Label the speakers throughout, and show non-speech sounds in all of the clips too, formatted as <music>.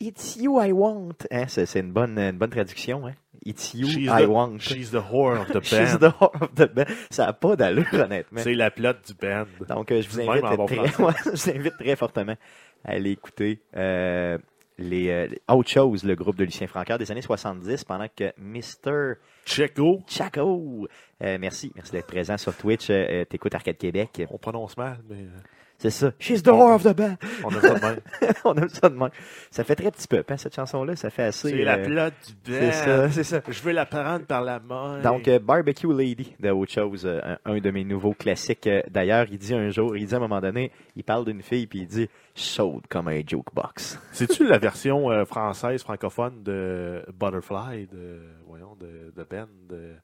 Speaker 1: It's you I want. Hein, c'est c'est une bonne, une bonne traduction. Hein? It's you
Speaker 2: She's
Speaker 1: I
Speaker 2: the,
Speaker 1: want.
Speaker 2: She's the whore of the
Speaker 1: She's
Speaker 2: band.
Speaker 1: the whore of the <laughs> band. Ça n'a pas d'allure, honnêtement.
Speaker 2: C'est la plot du band.
Speaker 1: Donc, euh, je, vous
Speaker 2: Même
Speaker 1: invite
Speaker 2: en bon
Speaker 1: très, <laughs>
Speaker 2: français.
Speaker 1: Ouais, je vous invite très fortement à aller écouter euh, les, euh, les- Autre chose, le groupe de Lucien Francaire des années 70, pendant que Mr.
Speaker 2: Checo,
Speaker 1: Chaco, euh, merci, merci d'être présent sur Twitch, euh, euh, t'écoutes Arcade Québec.
Speaker 2: on prononce mal, mais euh,
Speaker 1: C'est ça. She's the whore of the band.
Speaker 2: on a ça de même.
Speaker 1: <laughs> On aime ça de même. Ça fait très petit peu, hein, cette chanson-là, ça fait assez.
Speaker 2: C'est la
Speaker 1: euh,
Speaker 2: plot du band.
Speaker 1: c'est ça, c'est ça.
Speaker 2: Je veux la prendre par la main.
Speaker 1: Donc, euh, Barbecue Lady de autre chose, euh, un, un de mes nouveaux classiques. euh, D'ailleurs, il dit un jour, il dit à un moment donné, il parle d'une fille, puis il dit chaude comme un jukebox.
Speaker 2: C'est-tu la version euh, française, francophone de Butterfly, de, voyons, de, de band de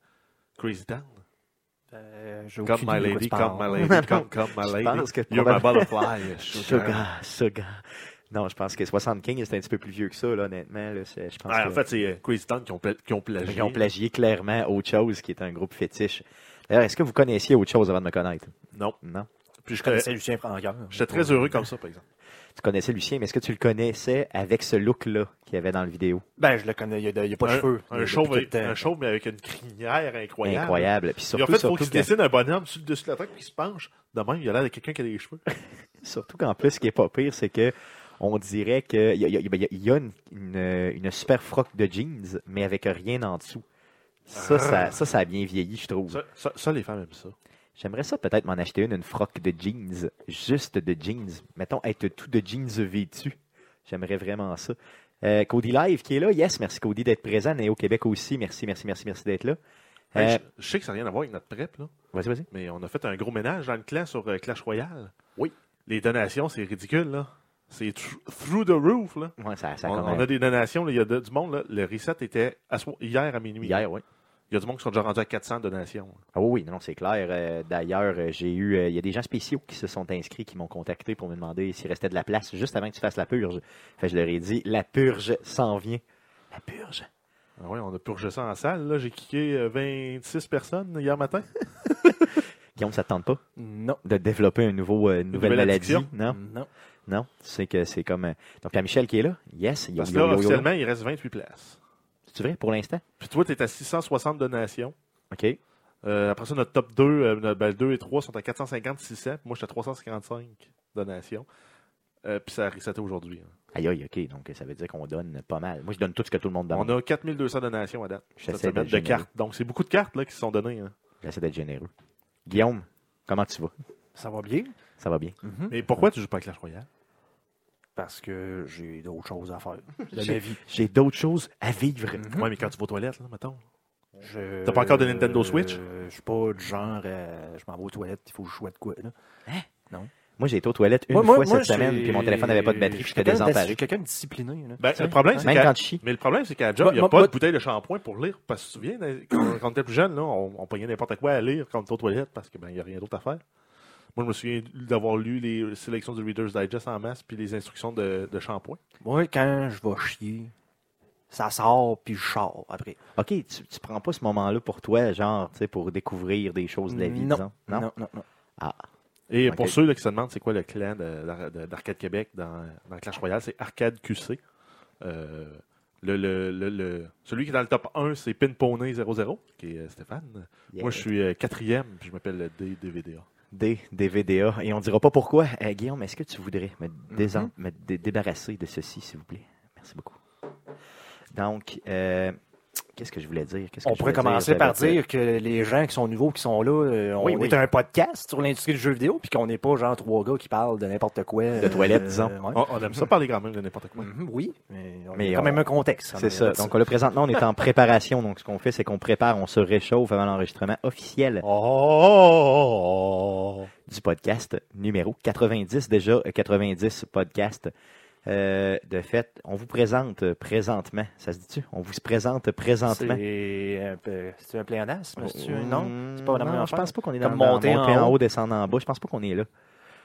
Speaker 2: Crazy Town?
Speaker 3: Euh, j'ai
Speaker 2: Come
Speaker 3: aucune
Speaker 2: my
Speaker 3: idée de quoi
Speaker 2: lady,
Speaker 3: tu parles.
Speaker 2: come
Speaker 1: <laughs>
Speaker 2: my lady, come, come my
Speaker 1: Je
Speaker 2: lady.
Speaker 1: pense que
Speaker 2: You're my
Speaker 1: <laughs>
Speaker 2: butterfly, sugar.
Speaker 1: Sugar, sugar. Non, je pense que 75, c'est un petit peu plus vieux que ça, là, honnêtement. Là, c'est- je pense
Speaker 2: Ouais, en
Speaker 1: que-
Speaker 2: fait, c'est euh, Crazy Town qui ont, pla- qui ont plagié.
Speaker 1: ils ont plagié clairement autre chose, qui est un groupe fétiche. D'ailleurs, est-ce que vous connaissiez autre chose avant de me connaître?
Speaker 2: Non.
Speaker 1: Non.
Speaker 2: Puis je
Speaker 3: Je
Speaker 2: connaissais-
Speaker 3: connaissais Lucien Frangueur.
Speaker 2: J'étais très heureux comme ça, par exemple.
Speaker 1: Tu connaissais Lucien, mais est-ce que tu le connaissais avec ce look-là qu'il y avait dans le vidéo?
Speaker 3: Ben, je le connais, il n'y a, il y a pas de
Speaker 2: un,
Speaker 3: cheveux.
Speaker 2: un
Speaker 3: Il y a
Speaker 2: chauve,
Speaker 3: depuis tout
Speaker 2: avec-
Speaker 3: le temps.
Speaker 2: un chauve, mais avec une crinière incroyable.
Speaker 1: Incroyable. Puis
Speaker 2: Et
Speaker 1: surtout,
Speaker 2: en fait, il faut
Speaker 1: surtout
Speaker 2: qu'il se
Speaker 1: quand-
Speaker 2: dessine un bonhomme sur le dessus de la tête qui se penche. De même, il a l'air de quelqu'un qui a des cheveux.
Speaker 1: Surtout qu'en plus, ce qui est pas pire, c'est que on dirait qu'il y a, y a- y a- y a une, une- une super froc de jeans, mais avec rien en dessous. Ça,
Speaker 2: Ah.
Speaker 1: ça, ça, ça a bien vieilli, je trouve.
Speaker 2: Ça, ça- ça, les femmes aiment ça.
Speaker 1: J'aimerais ça peut-être m'en acheter une, une froc de jeans, juste de jeans. Mettons, être tout de jeans vêtu. J'aimerais vraiment ça. Euh, Cody Live qui est là, yes, merci Cody d'être présent, et au Québec aussi, merci, merci, merci, merci d'être là. Euh,
Speaker 2: Hey, je, je sais que ça n'a rien à voir avec notre prep, là,
Speaker 1: Vas-y, vas-y.
Speaker 2: mais on a fait un gros ménage dans le clan sur euh, Clash Royale.
Speaker 3: Oui.
Speaker 2: Les donations, c'est ridicule, là. C'est thr- through the roof, là.
Speaker 1: Ouais, ça, ça
Speaker 2: On,
Speaker 1: a
Speaker 2: on
Speaker 1: comme
Speaker 2: a des donations, là, il y a de- du monde, là. Le reset était à so- hier à minuit.
Speaker 1: hier, oui.
Speaker 2: Il y a du monde qui sont déjà rendus à 400 donations.
Speaker 1: Ah oui, oui, non, c'est clair. Euh, D'ailleurs, euh, j'ai eu, euh, il y a des gens spéciaux qui se sont inscrits, qui m'ont contacté pour me demander s'il restait de la place juste avant que tu fasses la purge. Fait, que je leur ai dit, la purge s'en vient. La purge.
Speaker 2: Ah ouais, on a purgé ça en salle, là. J'ai kické euh, 26 personnes hier matin.
Speaker 1: Guillaume, ça te tente pas
Speaker 3: Non.
Speaker 1: de développer un nouveau, euh, une nouvelle,
Speaker 2: nouvelle
Speaker 1: maladie,
Speaker 2: addiction?
Speaker 1: non
Speaker 3: Non.
Speaker 1: Non, tu sais que c'est comme. euh, Donc, la Michel qui est là, yes, yo,
Speaker 2: Parce que
Speaker 1: yo,
Speaker 2: là,
Speaker 1: yo, yo, yo.
Speaker 2: officiellement, il reste 28 places.
Speaker 1: C'est vrai pour l'instant
Speaker 2: Puis toi, t'es à 660 donations.
Speaker 1: OK.
Speaker 2: Euh, après ça, notre top 2, euh, notre- ben, le 2 et 3 sont à 450, 600. Puis moi, j'étais à 355 donations. Euh, puis ça a reseté aujourd'hui. hein.
Speaker 1: Aïe, aïe, OK. Donc, ça veut dire qu'on donne pas mal. Moi, je donne tout ce que tout le monde donne.
Speaker 2: On a 4200 donations à date.
Speaker 1: J'essaie
Speaker 2: Cette semaine
Speaker 1: d'être
Speaker 2: de
Speaker 1: généreux.
Speaker 2: cartes. Donc, c'est beaucoup de cartes là, qui se sont données. hein.
Speaker 1: J'essaie d'être généreux. Guillaume, comment tu vas
Speaker 3: Ça va bien?
Speaker 1: Ça va bien.
Speaker 2: Mais pourquoi tu joues pas à Clash Royale
Speaker 3: Parce que j'ai d'autres choses à faire de ma vie.
Speaker 1: J'ai d'autres choses à vivre.
Speaker 3: Mm-hmm.
Speaker 2: Ouais, mais quand tu vas aux toilettes, là, mettons.
Speaker 3: Je-
Speaker 2: Mm-hmm. T'as pas encore de Nintendo Switch?
Speaker 3: Euh, Je suis pas du genre, euh, je m'en vais aux toilettes, il faut que je sois de quoi, là.
Speaker 1: Moi, j'ai été aux toilettes une
Speaker 3: Moi,
Speaker 1: fois
Speaker 3: moi, moi,
Speaker 1: cette semaine,
Speaker 3: j'ai-
Speaker 1: puis mon téléphone n'avait pas de batterie, puis j'étais
Speaker 3: quelqu'un de- Je
Speaker 1: désemparé.
Speaker 3: suis quelqu'un de discipliné, là.
Speaker 2: Ben,
Speaker 3: Tu sais,
Speaker 2: le problème,
Speaker 3: hein?
Speaker 2: c'est
Speaker 1: Même
Speaker 2: qu'à-
Speaker 1: quand tu chies.
Speaker 2: Mais le problème, c'est qu'à la job, il n'y a
Speaker 3: Moi-
Speaker 2: pas
Speaker 3: moi-
Speaker 2: de bouteille de shampoing pour lire. Parce que tu te souviens, dans- quand, quand on était plus jeune, là, on, on pognait n'importe quoi à lire quand on était aux toilettes parce qu'il ben, n'y a rien d'autre à faire. Moi, je me souviens d'avoir lu les sélections du Reader's Digest en masse puis les instructions de, de shampoing.
Speaker 3: Moi, quand je vais chier, ça sort, puis je sors après.
Speaker 1: OK, tu, tu prends pas ce moment-là pour toi, genre, tu sais, pour découvrir des choses de la vie,
Speaker 3: Non.
Speaker 1: disons.
Speaker 3: Non, non, non.
Speaker 2: Et
Speaker 1: Ok.
Speaker 2: pour ceux là, qui se demandent c'est quoi le clan de- de- d'Arcade Québec dans, dans Clash Royale, c'est Arcade QC. Euh, le, le- le- le- celui qui est dans le top 1, c'est Pinponey00, qui est euh, Stéphane.
Speaker 1: Yeah.
Speaker 2: Moi, je suis euh, quatrième, puis je m'appelle DDVDA.
Speaker 1: Des, des VDA. Et on dira pas pourquoi. Euh, Guillaume, est-ce que tu voudrais me,
Speaker 3: Mhm.
Speaker 1: désen- me dé- débarrasser de ceci, s'il vous plaît? Merci beaucoup. Donc, euh, Qu'est-ce que je voulais dire? Qu'est-ce que
Speaker 3: On
Speaker 1: je
Speaker 3: pourrait
Speaker 1: voulais
Speaker 3: commencer
Speaker 1: Je
Speaker 3: par
Speaker 1: l'avais
Speaker 3: dire que les gens qui sont nouveaux, qui sont là, euh, on
Speaker 1: Oui,
Speaker 3: est
Speaker 1: oui.
Speaker 3: un podcast sur l'industrie du jeu vidéo, puis qu'on n'est pas genre trois gars qui parlent de n'importe quoi. euh,
Speaker 1: De toilettes, disons.
Speaker 3: ouais.
Speaker 2: On, on aime ça parler quand même de n'importe quoi.
Speaker 3: Mhm, oui, mais on
Speaker 1: Mais
Speaker 3: a quand
Speaker 1: on-
Speaker 3: même un contexte.
Speaker 1: C'est ça.
Speaker 3: Donc,
Speaker 1: Donc là, présentement, on est en préparation. Donc, ce qu'on fait, c'est qu'on prépare, on se réchauffe avant l'enregistrement officiel
Speaker 2: Oh, oh, oh, oh.
Speaker 1: du podcast numéro 90, déjà euh, 90 podcasts. Euh, de fait, on vous présente euh, présentement, ça se dit-tu? On vous présente
Speaker 3: c'est
Speaker 1: présentement.
Speaker 3: un, peu- c'est un
Speaker 1: Oh.
Speaker 3: pléonasme, c'est un nom. c'est pas
Speaker 1: Mm,
Speaker 3: la même
Speaker 1: non, je
Speaker 3: affaire.
Speaker 1: pense pas qu'on est dans
Speaker 3: Comme
Speaker 1: dans-
Speaker 3: monter en
Speaker 1: en
Speaker 3: haut.
Speaker 1: haut, descendre en bas. Je pense pas qu'on est là.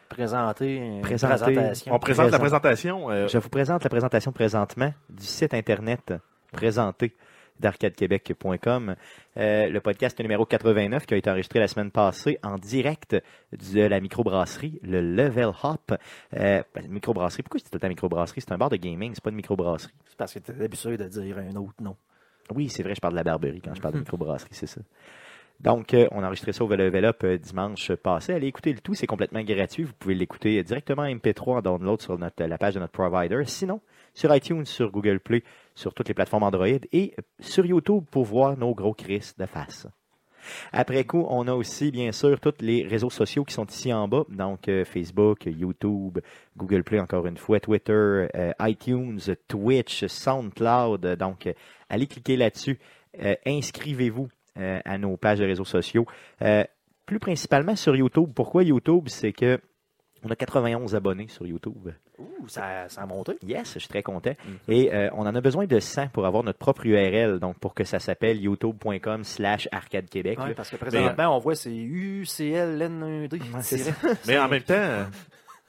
Speaker 3: Présenter, une
Speaker 1: Présenter.
Speaker 3: présentation.
Speaker 2: On présente la
Speaker 1: Présent.
Speaker 2: présentation. euh,
Speaker 1: Je vous présente la présentation présentement du site internet présenté d'arcadequebec.com. Euh, le podcast numéro 89 qui a été enregistré la semaine passée en direct de la microbrasserie, le Level Hop. Euh, ben, microbrasserie, pourquoi c'est tout le temps microbrasserie? C'est un bar de gaming, c'est pas une microbrasserie.
Speaker 3: C'est parce que t'es habitué de dire un autre nom.
Speaker 1: Oui, c'est vrai, je parle de la barberie quand je parle de microbrasserie, c'est ça. Donc, euh, on a enregistré ça au Level Up euh, dimanche passé. Allez écouter le tout, c'est complètement gratuit. Vous pouvez l'écouter euh, directement en MP3 en download sur notre, euh, la page de notre provider. Sinon, sur iTunes, sur Google Play, sur toutes les plateformes Android et euh, sur YouTube pour voir nos gros Chris de face. Après coup, on a aussi, bien sûr, tous les réseaux sociaux qui sont ici en bas. Donc, euh, Facebook, YouTube, Google Play, encore une fois, Twitter, euh, iTunes, Twitch, SoundCloud. Donc, euh, allez cliquer là-dessus. Euh, Inscrivez-vous euh, à nos pages de réseaux sociaux. Euh, plus principalement sur YouTube. Pourquoi YouTube? C'est que on a 91 abonnés sur YouTube.
Speaker 3: Ouh, ça, ça a monté.
Speaker 1: Yes, je suis très content.
Speaker 2: Mm-hmm.
Speaker 1: Et euh, on en a besoin de 100 pour avoir notre propre URL, donc pour que ça s'appelle youtube.com slash arcade québec.
Speaker 3: Ouais, parce que présentement, on voit c'est UCLN1D.
Speaker 1: euh, Ouais, c'est ça.
Speaker 2: Mais en même temps, euh,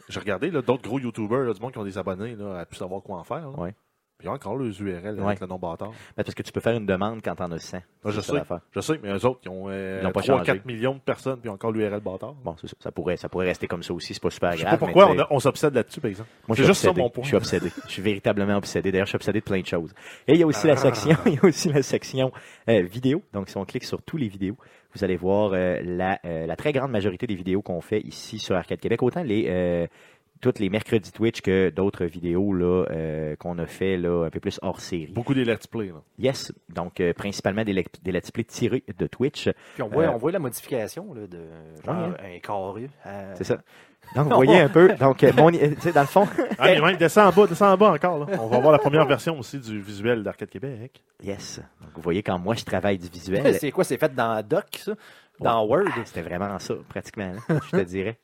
Speaker 2: j'ai regardé là, d'autres gros YouTubers, là, du monde qui ont des abonnés, là, à plus savoir quoi en faire. là.
Speaker 1: Ouais.
Speaker 2: Puis ils ont encore leurs URL
Speaker 1: Ouais.
Speaker 2: avec le nom bâtard.
Speaker 1: Ben, parce que tu peux faire une demande quand t'en as 100.
Speaker 2: Moi, je
Speaker 1: C'est ça
Speaker 2: sais.
Speaker 1: l'affaire.
Speaker 2: Je sais, mais eux autres, qui ont
Speaker 1: Ils l'ont pas
Speaker 2: 3-4
Speaker 1: changé.
Speaker 2: millions de personnes, puis ils ont encore l'URL bâtard.
Speaker 1: Bon, c'est ça. Ça pourrait, ça pourrait rester comme ça aussi. C'est pas super grave.
Speaker 2: Je sais pas
Speaker 1: Ah, mais
Speaker 2: pourquoi
Speaker 1: tu
Speaker 2: on,
Speaker 1: sais,
Speaker 2: a- on s'obsède là-dessus, par exemple.
Speaker 1: Moi, je
Speaker 2: C'est
Speaker 1: suis
Speaker 2: juste ça
Speaker 1: obsédé.
Speaker 2: mon point.
Speaker 1: Je suis obsédé. Je suis véritablement obsédé. D'ailleurs, je suis obsédé de plein de choses. Et il y a aussi la section, <laughs> il y a aussi la section euh, vidéo. Donc, si on clique sur tous les vidéos, vous allez voir euh, la, euh, la très grande majorité des vidéos qu'on fait ici sur Arcade Québec. Autant les euh, toutes les mercredis Twitch que d'autres vidéos là euh, qu'on a fait là un peu plus hors série.
Speaker 2: Beaucoup des let's play. là.
Speaker 1: Yes, donc euh, principalement des, lect- des let's play tirés de Twitch.
Speaker 3: Puis on voit,
Speaker 1: Euh, hein.
Speaker 3: on voit la modification là, de genre un carré. Euh, à-
Speaker 1: C'est ça. Donc, vous
Speaker 2: <laughs>
Speaker 1: voyez un peu. Donc, euh, mon, euh, tu sais, dans le fond, <laughs>
Speaker 2: Ah, mais même, descends en bas, descends en bas encore. là. On va voir la première version aussi du visuel d'Arcade Québec.
Speaker 1: yes. Donc, vous voyez quand moi je travaille du
Speaker 3: Mais <laughs>
Speaker 1: visuel,
Speaker 3: C'est quoi, c'est fait dans Doc, ça? Dans Word?
Speaker 1: Ah, C'était vraiment ça, pratiquement, là, je
Speaker 2: <laughs>
Speaker 1: te dirais.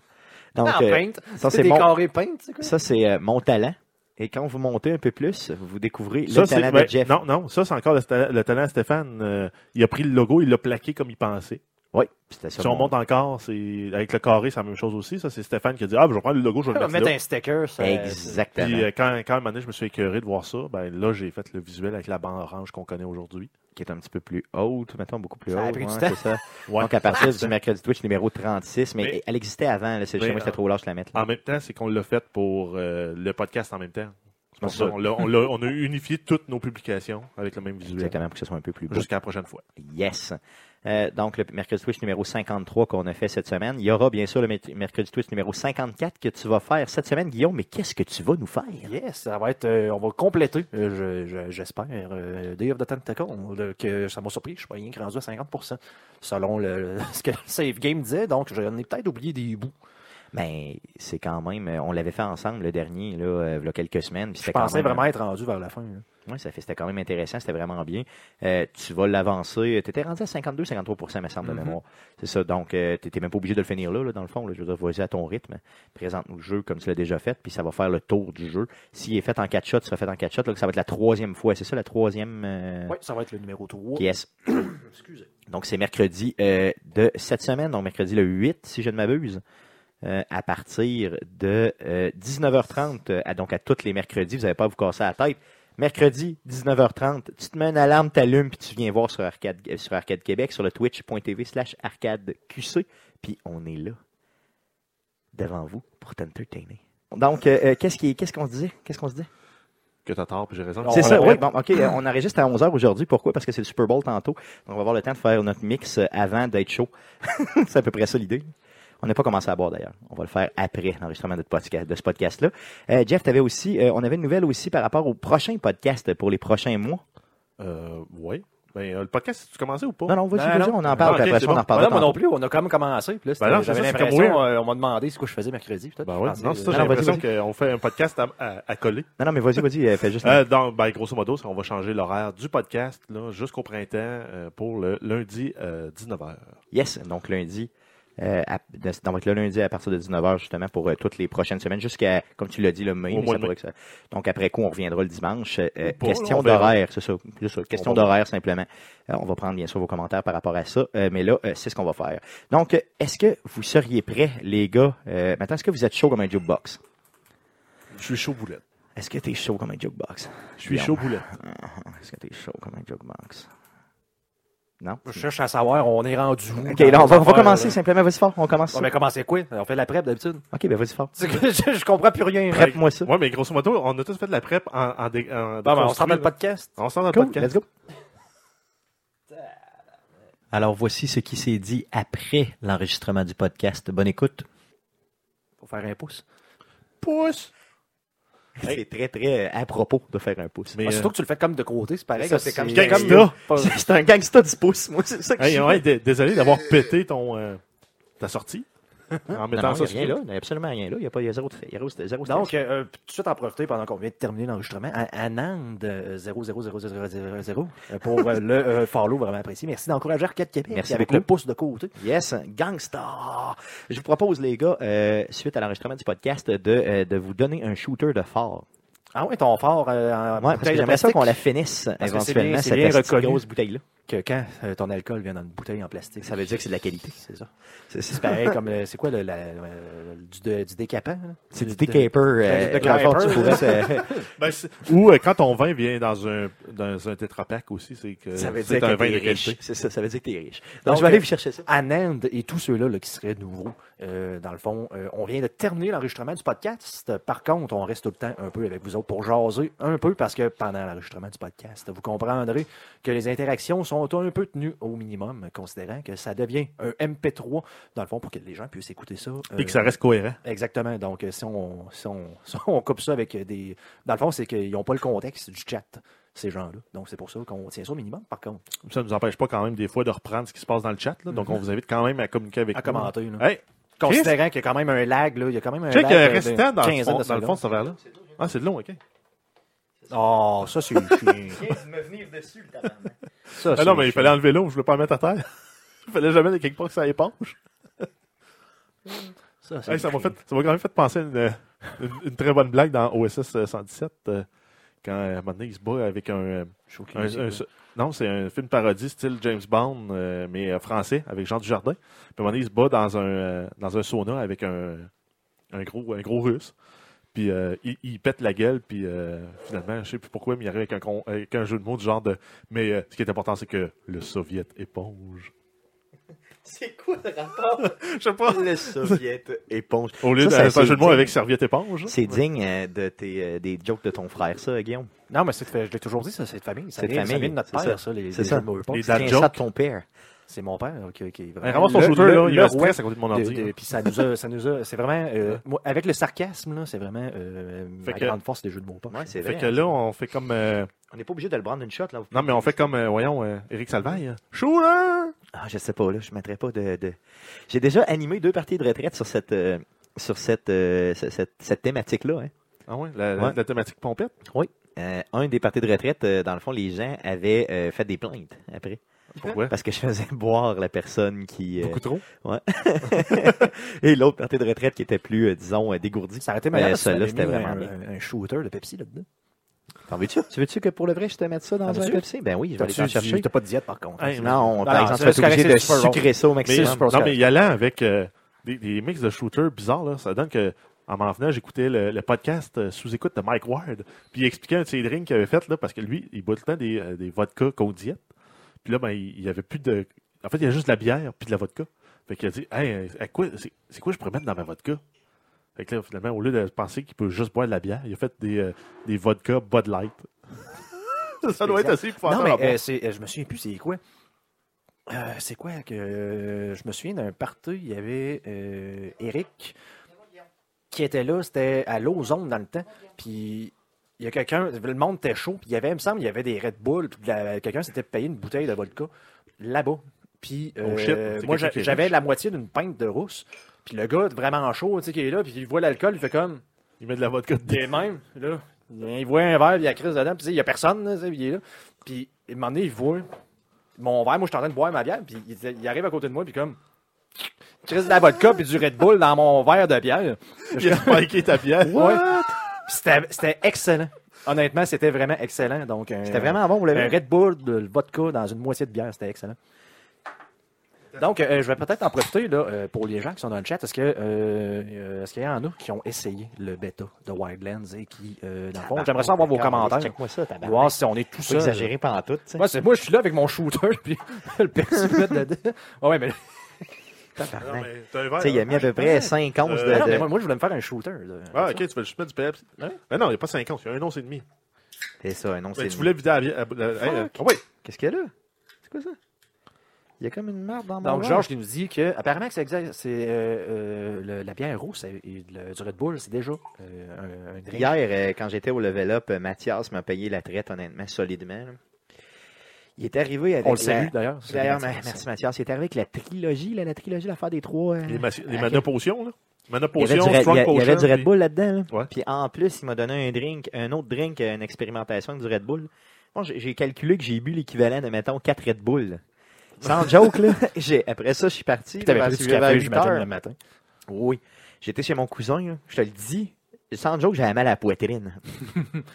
Speaker 1: Donc,
Speaker 3: dans
Speaker 1: euh,
Speaker 3: Paint?
Speaker 1: ça,
Speaker 3: c'est
Speaker 1: c'est
Speaker 3: des
Speaker 1: mon-
Speaker 3: carrés Paint, c'est quoi?
Speaker 1: ça, c'est euh, mon talent. Et quand vous montez un peu plus, vous découvrez
Speaker 2: Ça,
Speaker 1: le
Speaker 2: c'est,
Speaker 1: talent
Speaker 2: ben,
Speaker 1: de Jeff.
Speaker 2: Non, non, ça, c'est encore le, sta- le talent à Stéphane. Euh, il a pris le logo, il l'a plaqué comme il pensait.
Speaker 1: Oui, c'était ça.
Speaker 2: Si on
Speaker 1: mon-
Speaker 2: monte encore, c'est avec le carré, c'est la même chose aussi. Ça, c'est Stéphane qui a dit Ah, ben, je vais prendre le logo, je vais
Speaker 3: On
Speaker 2: le
Speaker 3: va
Speaker 2: mettre
Speaker 3: mettre
Speaker 2: là.
Speaker 3: un sticker. Ça,
Speaker 1: Exactement.
Speaker 2: Puis euh, quand, quand un moment donné, je me suis écœuré de voir ça, ben là, j'ai fait le visuel avec la bande orange qu'on connaît aujourd'hui.
Speaker 1: Qui est un petit peu plus haute, mettons, beaucoup plus
Speaker 3: Ça a
Speaker 1: haute.
Speaker 3: pris du
Speaker 1: ouais,
Speaker 3: temps.
Speaker 1: c'est
Speaker 2: <laughs>
Speaker 1: ça.
Speaker 2: Ouais.
Speaker 1: Donc, à partir du mercredi Twitch numéro 36, mais,
Speaker 2: Mais-
Speaker 1: elle existait avant, là, c'est
Speaker 2: Mais,
Speaker 1: moi, j'étais
Speaker 2: euh,
Speaker 1: trop large de la mettre. là.
Speaker 2: En même temps, c'est qu'on l'a fait pour euh, le podcast en même temps. C'est pour
Speaker 1: C'est
Speaker 2: ça,
Speaker 1: ça.
Speaker 2: on, l'a- on l'a- on a unifié toutes nos publications avec le même visuel.
Speaker 1: Exactement, pour que ce soit un peu plus beau.
Speaker 2: Jusqu'à la prochaine fois.
Speaker 1: Yes. Euh, donc, le mercredi Twitch numéro 53 qu'on a fait cette semaine. Il y aura bien sûr le mer- mercredi Twitch numéro 54 que tu vas faire cette semaine, Guillaume, mais qu'est-ce que tu vas nous faire?
Speaker 3: Yes, ça va être. euh, on va compléter, euh, je- je- j'espère, euh, Day of the Tentacle. là, que ça m'a surpris, je suis rien que rendu à 50 selon le- <laughs> ce que le save game disait. Donc, j'en ai peut-être oublié des bouts.
Speaker 1: Ben, c'est quand même. On l'avait fait ensemble le dernier, là, euh, il y a quelques semaines. puis
Speaker 3: Je
Speaker 1: c'était quand
Speaker 3: pensais
Speaker 1: même- hein.
Speaker 3: vraiment être rendu vers la fin. là.
Speaker 1: Ouais, ça fait, c'était quand même intéressant, c'était vraiment bien. Euh, tu vas l'avancer. Tu étais rendu à 52-53 me semble, de
Speaker 3: Mhm.
Speaker 1: mémoire. C'est ça. Donc, tu n'étais même pas obligé de le finir là, là, dans le fond. là. je veux dire, vas-y à ton rythme. Présente-nous le jeu comme tu l'as déjà fait, puis ça va faire le tour du jeu. S'il est fait en 4 shots, il sera fait en 4 shots. Là, que ça va être la troisième fois. C'est ça, la troisième. euh,
Speaker 3: Oui, ça va être le numéro 3.
Speaker 1: pièce.
Speaker 3: Excusez.
Speaker 1: Donc, c'est mercredi euh, de cette semaine, donc mercredi le 8, si je ne m'abuse, euh, à partir de euh, 19h30, euh, à- donc à tous les mercredis, vous n'avez pas à vous casser la tête. Mercredi, 19h30, tu te mets une alarme, t'allumes, puis tu viens voir sur Arcade, euh, sur Arcade Québec, sur le twitch.tv slash arcadeqc, puis on est là, devant vous, pour t'entertainer. Donc, euh, euh, qu'est-ce qui- qu'est-ce qu'on se disait? Qu'est-ce qu'on se disait?
Speaker 2: Que t'as tort, puis j'ai raison.
Speaker 1: C'est
Speaker 3: On
Speaker 1: ça,
Speaker 3: l'appelle.
Speaker 1: oui. Bon, OK, euh, on enregistre à 11h aujourd'hui. Pourquoi? Parce que c'est le Super Bowl tantôt. Donc, on va avoir le temps de faire notre mix euh, avant d'être chaud. <laughs> c'est à peu près ça l'idée. On n'a pas commencé à boire d'ailleurs. On va le faire après l'enregistrement de, notre podca- de ce podcast-là. Euh, Jeff, t'avais aussi, euh, on avait une nouvelle aussi par rapport au prochain podcast pour les prochains mois.
Speaker 2: Euh, ouais. Ben, euh, le podcast, tu commencé ou pas?
Speaker 1: Non, non, vas-y,
Speaker 3: Ben
Speaker 1: vas-y,
Speaker 3: non.
Speaker 1: on en parle,
Speaker 2: Ah, ok,
Speaker 1: après ça, on
Speaker 2: c'est bon.
Speaker 1: en
Speaker 3: Ben
Speaker 1: reparlera
Speaker 3: là, moi non
Speaker 1: tantôt.
Speaker 3: plus, on a quand même commencé. Puis là, c'était-
Speaker 2: Ben non, c'est
Speaker 3: j'avais
Speaker 2: ça, c'est
Speaker 3: l'impression,
Speaker 2: comme
Speaker 3: euh, on m'a demandé ce que je faisais mercredi. peut-être.
Speaker 2: Ben
Speaker 3: Je
Speaker 2: ouais,
Speaker 3: pensais-
Speaker 2: non, c'est ça,
Speaker 1: non,
Speaker 2: j'ai
Speaker 1: non, vas-y,
Speaker 2: l'impression qu'on fait un podcast à, à- à coller.
Speaker 1: Non, non, mais vas-y, vas-y, euh, fais juste...
Speaker 2: Euh, donc, ben, grosso modo, c'est qu'on va changer l'horaire du podcast là, jusqu'au printemps euh, pour le lundi euh, 19h.
Speaker 1: Yes, donc lundi. euh, à- de- donc le lundi à partir de 19h justement pour euh, toutes les prochaines semaines jusqu'à, comme tu l'as dit, le mai.
Speaker 2: Au
Speaker 1: mais
Speaker 2: mois
Speaker 1: ça
Speaker 2: de mai.
Speaker 1: pourrait que ça- Donc après coup, on reviendra le dimanche. Euh, euh,
Speaker 2: pas,
Speaker 1: question
Speaker 2: on verra.
Speaker 1: d'horaire, c'est ça, c'est ça, Question
Speaker 2: On va-
Speaker 1: d'horaire simplement. Euh, on va prendre bien sûr vos commentaires par rapport à ça, euh, mais là, euh, c'est ce qu'on va faire. Donc, euh, est-ce que vous seriez prêts, les gars? Euh, maintenant, est-ce que vous êtes chaud comme un jukebox?
Speaker 2: Je suis chaud boulette.
Speaker 1: Est-ce que t'es chaud comme un jukebox?
Speaker 2: Je suis
Speaker 1: Bien.
Speaker 2: chaud boulette.
Speaker 1: Est-ce que t'es chaud comme un jukebox? Non?
Speaker 3: Je euh, cherche à savoir, on est rendu où?
Speaker 1: Ok,
Speaker 3: dans
Speaker 1: là, on va, on va
Speaker 3: l'affaire,
Speaker 1: commencer
Speaker 3: là?
Speaker 1: simplement. Vas-y fort, on commence
Speaker 3: On
Speaker 1: ça.
Speaker 3: va commencer quoi? On fait de la prep d'habitude.
Speaker 1: Ok, ben vas-y fort.
Speaker 3: <laughs> C'est que je, je comprends plus rien.
Speaker 2: Prep.
Speaker 1: Prête-moi ça.
Speaker 2: Ouais, mais grosso modo, on a tous fait de la prep en, en, dé-
Speaker 1: Ah,
Speaker 2: en
Speaker 3: Bon, ben, on
Speaker 2: déconstruit,
Speaker 3: se rend dans le
Speaker 2: là.
Speaker 3: podcast.
Speaker 2: On sort dans le
Speaker 1: Cool, let's
Speaker 2: podcast.
Speaker 1: go. Alors voici ce qui s'est dit après l'enregistrement du podcast. Bonne écoute.
Speaker 3: Faut faire un pouce.
Speaker 2: Pousse!
Speaker 1: C'est très très euh, à propos de faire un pouce.
Speaker 2: Mais,
Speaker 3: Ah,
Speaker 2: euh,
Speaker 3: surtout que tu le fais comme de côté, euh, c'est pareil.
Speaker 1: Ça,
Speaker 3: que
Speaker 1: c'est comme
Speaker 2: gangsta.
Speaker 3: Pas-
Speaker 1: <laughs> C'est un gangsta du pouce, moi, c'est ça que
Speaker 2: Hey,
Speaker 1: je
Speaker 2: ouais, d- désolé d'avoir pété ton, euh, ta sortie
Speaker 1: <laughs>
Speaker 2: en
Speaker 1: Non,
Speaker 2: mettant
Speaker 1: non, il
Speaker 2: ça
Speaker 1: n'y a rien
Speaker 2: sur
Speaker 1: là, il n'y a absolument rien là, il n'y a pas il y a zéro de fait, il y a zéro, zéro stress.
Speaker 3: Donc, euh, euh, tout de suite en profiter pendant qu'on vient de terminer l'enregistrement, à Anand euh, 0000000, euh, pour euh, le euh, follow vraiment apprécié. Merci d'encourager Arcade Québec
Speaker 1: Merci
Speaker 3: avec
Speaker 1: beaucoup.
Speaker 3: le pouce de côté.
Speaker 1: Yes, gangsta. Je vous propose les gars euh, suite à l'enregistrement du podcast de, euh, de vous donner un shooter de fort.
Speaker 3: Ah ouais, ton fort euh, en
Speaker 1: Ouais, parce que
Speaker 3: bouteille de
Speaker 1: j'aimerais ça
Speaker 3: plastique.
Speaker 1: qu'on la finisse
Speaker 3: c'est
Speaker 1: éventuellement
Speaker 3: bien- c'est
Speaker 1: cette
Speaker 3: bien
Speaker 1: petite
Speaker 3: reconnu.
Speaker 1: grosse bouteille là.
Speaker 3: Que quand euh, ton alcool vient dans une bouteille en plastique,
Speaker 1: Ça veut dire que c'est de la qualité.
Speaker 3: c'est ça.
Speaker 1: C'est
Speaker 3: C'est pareil comme le- c'est quoi le, la- euh, du, de- du décapant là?
Speaker 1: <laughs> C'est du
Speaker 3: de-
Speaker 1: decaper.
Speaker 3: de- de
Speaker 1: euh, dans le fond, tu
Speaker 3: caper,
Speaker 1: pourrais euh,
Speaker 3: là.
Speaker 1: te-
Speaker 2: Ben, c'est- Ou euh, quand ton vin vient dans un, dans un tétrapac aussi, c'est
Speaker 1: <laughs>
Speaker 2: que
Speaker 1: Ça veut
Speaker 2: c'est
Speaker 1: dire
Speaker 2: un
Speaker 1: que
Speaker 2: vin
Speaker 1: t'es
Speaker 2: de
Speaker 1: riche.
Speaker 2: qualité.
Speaker 1: C'est ça, ça veut dire que t'es riche. Donc,
Speaker 3: Donc,
Speaker 1: je vais aller
Speaker 3: euh,
Speaker 1: vous chercher <laughs> ça.
Speaker 3: Anand et tous ceux-là là, qui seraient nouveaux, euh, dans le fond, euh, on vient de terminer l'enregistrement du podcast. Par contre, on reste tout le temps un peu avec vous autres pour jaser un peu parce que pendant l'enregistrement du podcast, vous comprendrez que les interactions sont un peu tenues au minimum, considérant que ça devient un MP3, dans le fond, pour que les gens puissent écouter ça. euh,
Speaker 2: Et que ça reste cohérent.
Speaker 3: Exactement. Donc, euh, si on, si on, <laughs> si on coupe ça avec euh, des. Dans le fond, c'est qu'ils n'ont pas le contexte du chat, ces gens-là. Donc, c'est pour ça qu'on tient ça au minimum, par contre.
Speaker 2: Ça ne nous empêche pas quand même des fois de reprendre ce qui se passe dans le chat. là.
Speaker 1: Mm-hmm.
Speaker 2: Donc, on vous invite quand même à communiquer avec
Speaker 3: À
Speaker 2: nous.
Speaker 3: commenter, là.
Speaker 2: Hey,
Speaker 3: Considérant qu'il y a quand même un lag, là, il y a quand même un
Speaker 2: check
Speaker 3: lag.
Speaker 2: euh,
Speaker 3: euh, de
Speaker 2: restant dans le,
Speaker 3: 15
Speaker 2: fond,
Speaker 3: de
Speaker 2: dans le fond de ce verre-là. Ah, c'est de long, OK.
Speaker 3: secondes. Oh, ça
Speaker 2: <laughs>
Speaker 3: c'est chiant.
Speaker 1: me venir dessus, le
Speaker 3: Ça,
Speaker 2: Ah
Speaker 3: c'est
Speaker 2: non, mais il
Speaker 3: chiant.
Speaker 2: fallait enlever l'eau. Je voulais pas la mettre à terre. <laughs> Il fallait jamais de quelque part que ça éponge.
Speaker 3: Ça, c'est
Speaker 2: Hey, ça m'a
Speaker 3: chiant.
Speaker 2: fait- ça m'a quand même fait penser à une, euh, une- une très bonne blague dans OSS 117. euh, quand, euh, à un moment donné, il se bat avec un... euh,
Speaker 3: Je suis
Speaker 2: Un-
Speaker 3: aucune
Speaker 2: un-
Speaker 3: idée,
Speaker 2: ce- non, c'est un film parodie style James Bond, euh, mais euh, français, avec Jean Dujardin. Puis à un moment donné, il se bat dans un, euh, dans un sauna avec un, un gros, un gros russe. Puis euh, il, il pète la gueule, puis euh, finalement, je sais plus pourquoi, mais il arrive avec un, con- avec un jeu de mots du genre de « Mais euh, ce qui est important, c'est que le soviet éponge.
Speaker 1: <laughs> C'est quoi le rapport? »
Speaker 2: <laughs> Je sais pas.
Speaker 1: Le soviet éponge.
Speaker 2: Au lieu
Speaker 1: Ça,
Speaker 2: de
Speaker 1: ça,
Speaker 2: faire un
Speaker 1: c'est
Speaker 2: jeu de mots
Speaker 1: digne.
Speaker 2: avec serviette éponge.
Speaker 1: C'est digne euh, de tes, euh, des jokes de ton frère, ça, Guillaume.
Speaker 3: là. Non, mais c'est je l'ai toujours dit, ça, c'est de famille. Ça
Speaker 1: C'est de
Speaker 3: vient, Ça
Speaker 1: famille,
Speaker 3: vient de notre
Speaker 1: c'est ça.
Speaker 3: père, ça, les,
Speaker 1: C'est
Speaker 3: les
Speaker 1: ça.
Speaker 3: jeux de mots.
Speaker 2: Les
Speaker 1: C'est
Speaker 2: dad
Speaker 1: ça de
Speaker 2: jokes.
Speaker 1: ton père.
Speaker 3: C'est mon père euh, qui, qui est vraiment.
Speaker 2: Hey, ramasse ton
Speaker 3: le-
Speaker 2: shooter,
Speaker 3: le-
Speaker 2: là, il y
Speaker 3: le
Speaker 2: a
Speaker 3: roi
Speaker 2: stress à côté de mon
Speaker 3: de-
Speaker 2: ordi.
Speaker 3: de-
Speaker 2: là.
Speaker 3: puis ça nous a, ça nous a, c'est vraiment, euh, moi, avec le sarcasme, là, c'est vraiment euh,
Speaker 2: Fait
Speaker 3: la
Speaker 2: que-
Speaker 3: grande force des jeux de mots. pas.
Speaker 1: Ouais, c'est
Speaker 2: Fait
Speaker 1: vrai. hein.
Speaker 2: que là, on fait comme... euh,
Speaker 1: On n'est pas obligé de le prendre une shot. Là.
Speaker 2: non, mais on fait comme, euh, voyons, euh, Éric Salvaille. hein. Shooter!
Speaker 1: Ah, je sais pas, là, je mettrais pas de. de- J'ai déjà animé deux parties de retraite sur cette, euh, sur cette, euh, ce- cette, cette thématique-là. hein.
Speaker 2: Ah ouais, la, la-
Speaker 1: Ouais.
Speaker 2: la thématique pompette.
Speaker 1: Euh, un des parties de retraite, euh, dans le fond, les gens avaient euh, fait des plaintes après.
Speaker 2: Pourquoi?
Speaker 1: Parce que je faisais <laughs> boire la personne qui. euh,
Speaker 2: Beaucoup trop.
Speaker 1: Et l'autre partie de retraite qui était plus, euh, disons, euh, dégourdie.
Speaker 3: Ça aurait été meilleur
Speaker 1: Euh,
Speaker 3: si
Speaker 1: celle-là,
Speaker 3: tu avais
Speaker 1: c'était
Speaker 3: mis
Speaker 1: vraiment
Speaker 3: un,
Speaker 1: bien.
Speaker 3: un shooter de Pepsi là-dedans.
Speaker 1: T'en veux-tu? Tu veux-tu que pour le vrai, je te mette ça dans
Speaker 3: T'en
Speaker 1: un
Speaker 3: veux-tu?
Speaker 1: Pepsi? Ben oui, je vais aller t'en
Speaker 3: T'as-tu du-
Speaker 1: chercher.
Speaker 3: T'as pas de diète, par contre.
Speaker 2: Hey,
Speaker 1: Non,
Speaker 3: non,
Speaker 1: par exemple,
Speaker 3: c'est
Speaker 1: tu vas être
Speaker 3: correct,
Speaker 1: obligé
Speaker 3: c'est
Speaker 1: de
Speaker 3: Super Bowl.
Speaker 1: sucrer ça au
Speaker 2: Mais,
Speaker 1: maximum.
Speaker 3: C'est super
Speaker 2: non, mais y allant avec euh, des, des mix de shooters bizarres, là, ça donne que, en m'en venant, j'écoutais le, le podcast euh, sous-écoute de Mike Ward. Puis il expliquait un de ses drinks qu'il avait fait, là, parce que lui, il boit tout le temps des, euh, des vodkas qu'on diète. Puis là, ben, il n'y avait plus de. En fait, il y a juste de la bière puis de la vodka. Fait qu'il a dit, hey, euh, à quoi, c'est, c'est quoi je pourrais mettre dans ma vodka? Fait que là, finalement, au lieu de penser qu'il peut juste boire de la bière, il a fait des, euh, des vodkas Bud Light. <laughs> ça doit être assez pour
Speaker 3: Non,
Speaker 2: faire la
Speaker 3: mais euh, c'est- euh, je me souviens plus, c'est quoi? Euh, c'est quoi que. euh, je me souviens d'un party, il y avait euh, Eric qui était là, c'était à l'Ozone dans le temps. Puis il y a quelqu'un, le monde était chaud, puis il y avait, il me semble, il y avait des Red Bull, puis de la- quelqu'un s'était payé une bouteille de vodka là-bas. Puis
Speaker 2: Oh
Speaker 3: euh,
Speaker 2: shit, c'est quelqu'un
Speaker 3: moi, j'a-
Speaker 2: qui est
Speaker 3: j'avais
Speaker 2: riche.
Speaker 3: la moitié d'une pinte de rousse. Puis le gars, vraiment chaud, tu sais, qui est là, puis il voit l'alcool, il fait comme,
Speaker 2: Il met de la vodka
Speaker 3: il est
Speaker 2: dedans.
Speaker 3: même, là. Il voit un verre, puis il y a Chris dedans, puis tu sais, il n'y a personne, là, tu sais, puis il est là. Puis, à un moment donné, il voit mon verre, moi, je suis en train de boire ma bière, puis il, il arrive à côté de moi, puis comme, Chris de la vodka, puis du Red Bull dans mon verre de bière.
Speaker 2: Il a spiké ta bière.
Speaker 3: Ouais. Puis C'était c'était excellent. Honnêtement, c'était vraiment excellent. Donc, euh, un-
Speaker 1: C'était vraiment bon, vous l'avez
Speaker 3: un Red Bull, de le vodka dans une moitié de bière, c'était excellent. Donc, euh, je vais peut-être en profiter là, euh, pour les gens qui sont dans le chat. Est-ce que euh, euh, est-ce qu'il y en a qui ont essayé le bêta de Wildlands et qui, euh, dans le fond, j'aimerais ça avoir vos commentaires.
Speaker 1: Check-moi ça, tabarnak.
Speaker 3: Voir si on est tout
Speaker 1: Faut
Speaker 3: seul.
Speaker 1: exagérer pas en tout, tu sais.
Speaker 3: Moi, c'est- moi, je suis là avec mon shooter <laughs> puis le persil met dedans. Ah ouais, mais,
Speaker 1: Tabarnak.
Speaker 2: Non, mais t'as un verre,
Speaker 1: Tu sais, il a
Speaker 2: hein?
Speaker 1: mis à peu près 50 de.
Speaker 2: Euh,
Speaker 3: Ah non,
Speaker 1: de-
Speaker 3: mais moi, moi, je voulais me faire un shooter. là.
Speaker 2: Ah, ok, tu veux juste mettre du Pepsi. Mais non, il n'y a pas 50, il y a un once et demi.
Speaker 1: C'est ça, un nom,
Speaker 2: Mais
Speaker 1: c'est.
Speaker 2: tu voulais vider la bière. la- la- hey, euh, Ah oui,
Speaker 1: Qu'est-ce qu'il y a là C'est quoi ça Il y a comme une merde dans mon.
Speaker 3: Donc,
Speaker 1: verre.
Speaker 3: Georges qui nous dit que, apparemment, que c'est exact- c'est, euh, euh, le- la bière rousse et et le- du Red Bull, c'est déjà euh, un, un drink.
Speaker 1: Hier, euh, quand j'étais au level up, euh, Mathias m'a payé la traite, honnêtement, solidement. là. Il est arrivé avec.
Speaker 3: On le
Speaker 1: la-
Speaker 3: salue d'ailleurs.
Speaker 1: D'ailleurs, ma-
Speaker 3: C'est-
Speaker 1: merci Mathias. Il est arrivé avec la trilogie, là, la trilogie, l'affaire des trois. euh,
Speaker 2: les, mas- les
Speaker 1: à
Speaker 2: mana potions, là. Mana
Speaker 1: Il y, avait
Speaker 2: potions,
Speaker 1: du, Red- il
Speaker 2: strong
Speaker 1: y a- il y
Speaker 2: potion.
Speaker 1: avait du Red
Speaker 2: puis-
Speaker 1: Bull là-dedans. là.
Speaker 2: Ouais.
Speaker 1: Puis en plus, il m'a donné un drink, un autre drink, une expérimentation avec du Red Bull. Bon, j'ai j'ai calculé que j'ai bu l'équivalent de, mettons, 4 Red Bull. là. Sans
Speaker 3: <laughs>
Speaker 1: joke, là. J'ai- Après ça, je suis parti.
Speaker 3: Puis t'avais
Speaker 1: là,
Speaker 3: pris
Speaker 1: parce
Speaker 3: du
Speaker 1: que j'avais
Speaker 3: café,
Speaker 1: à huit
Speaker 3: j'imagine,
Speaker 1: heures.
Speaker 3: le matin.
Speaker 1: Oui. J'étais chez mon cousin, là. je te le dis. Sans joke, j'avais mal à la
Speaker 3: <laughs>
Speaker 1: poitrine.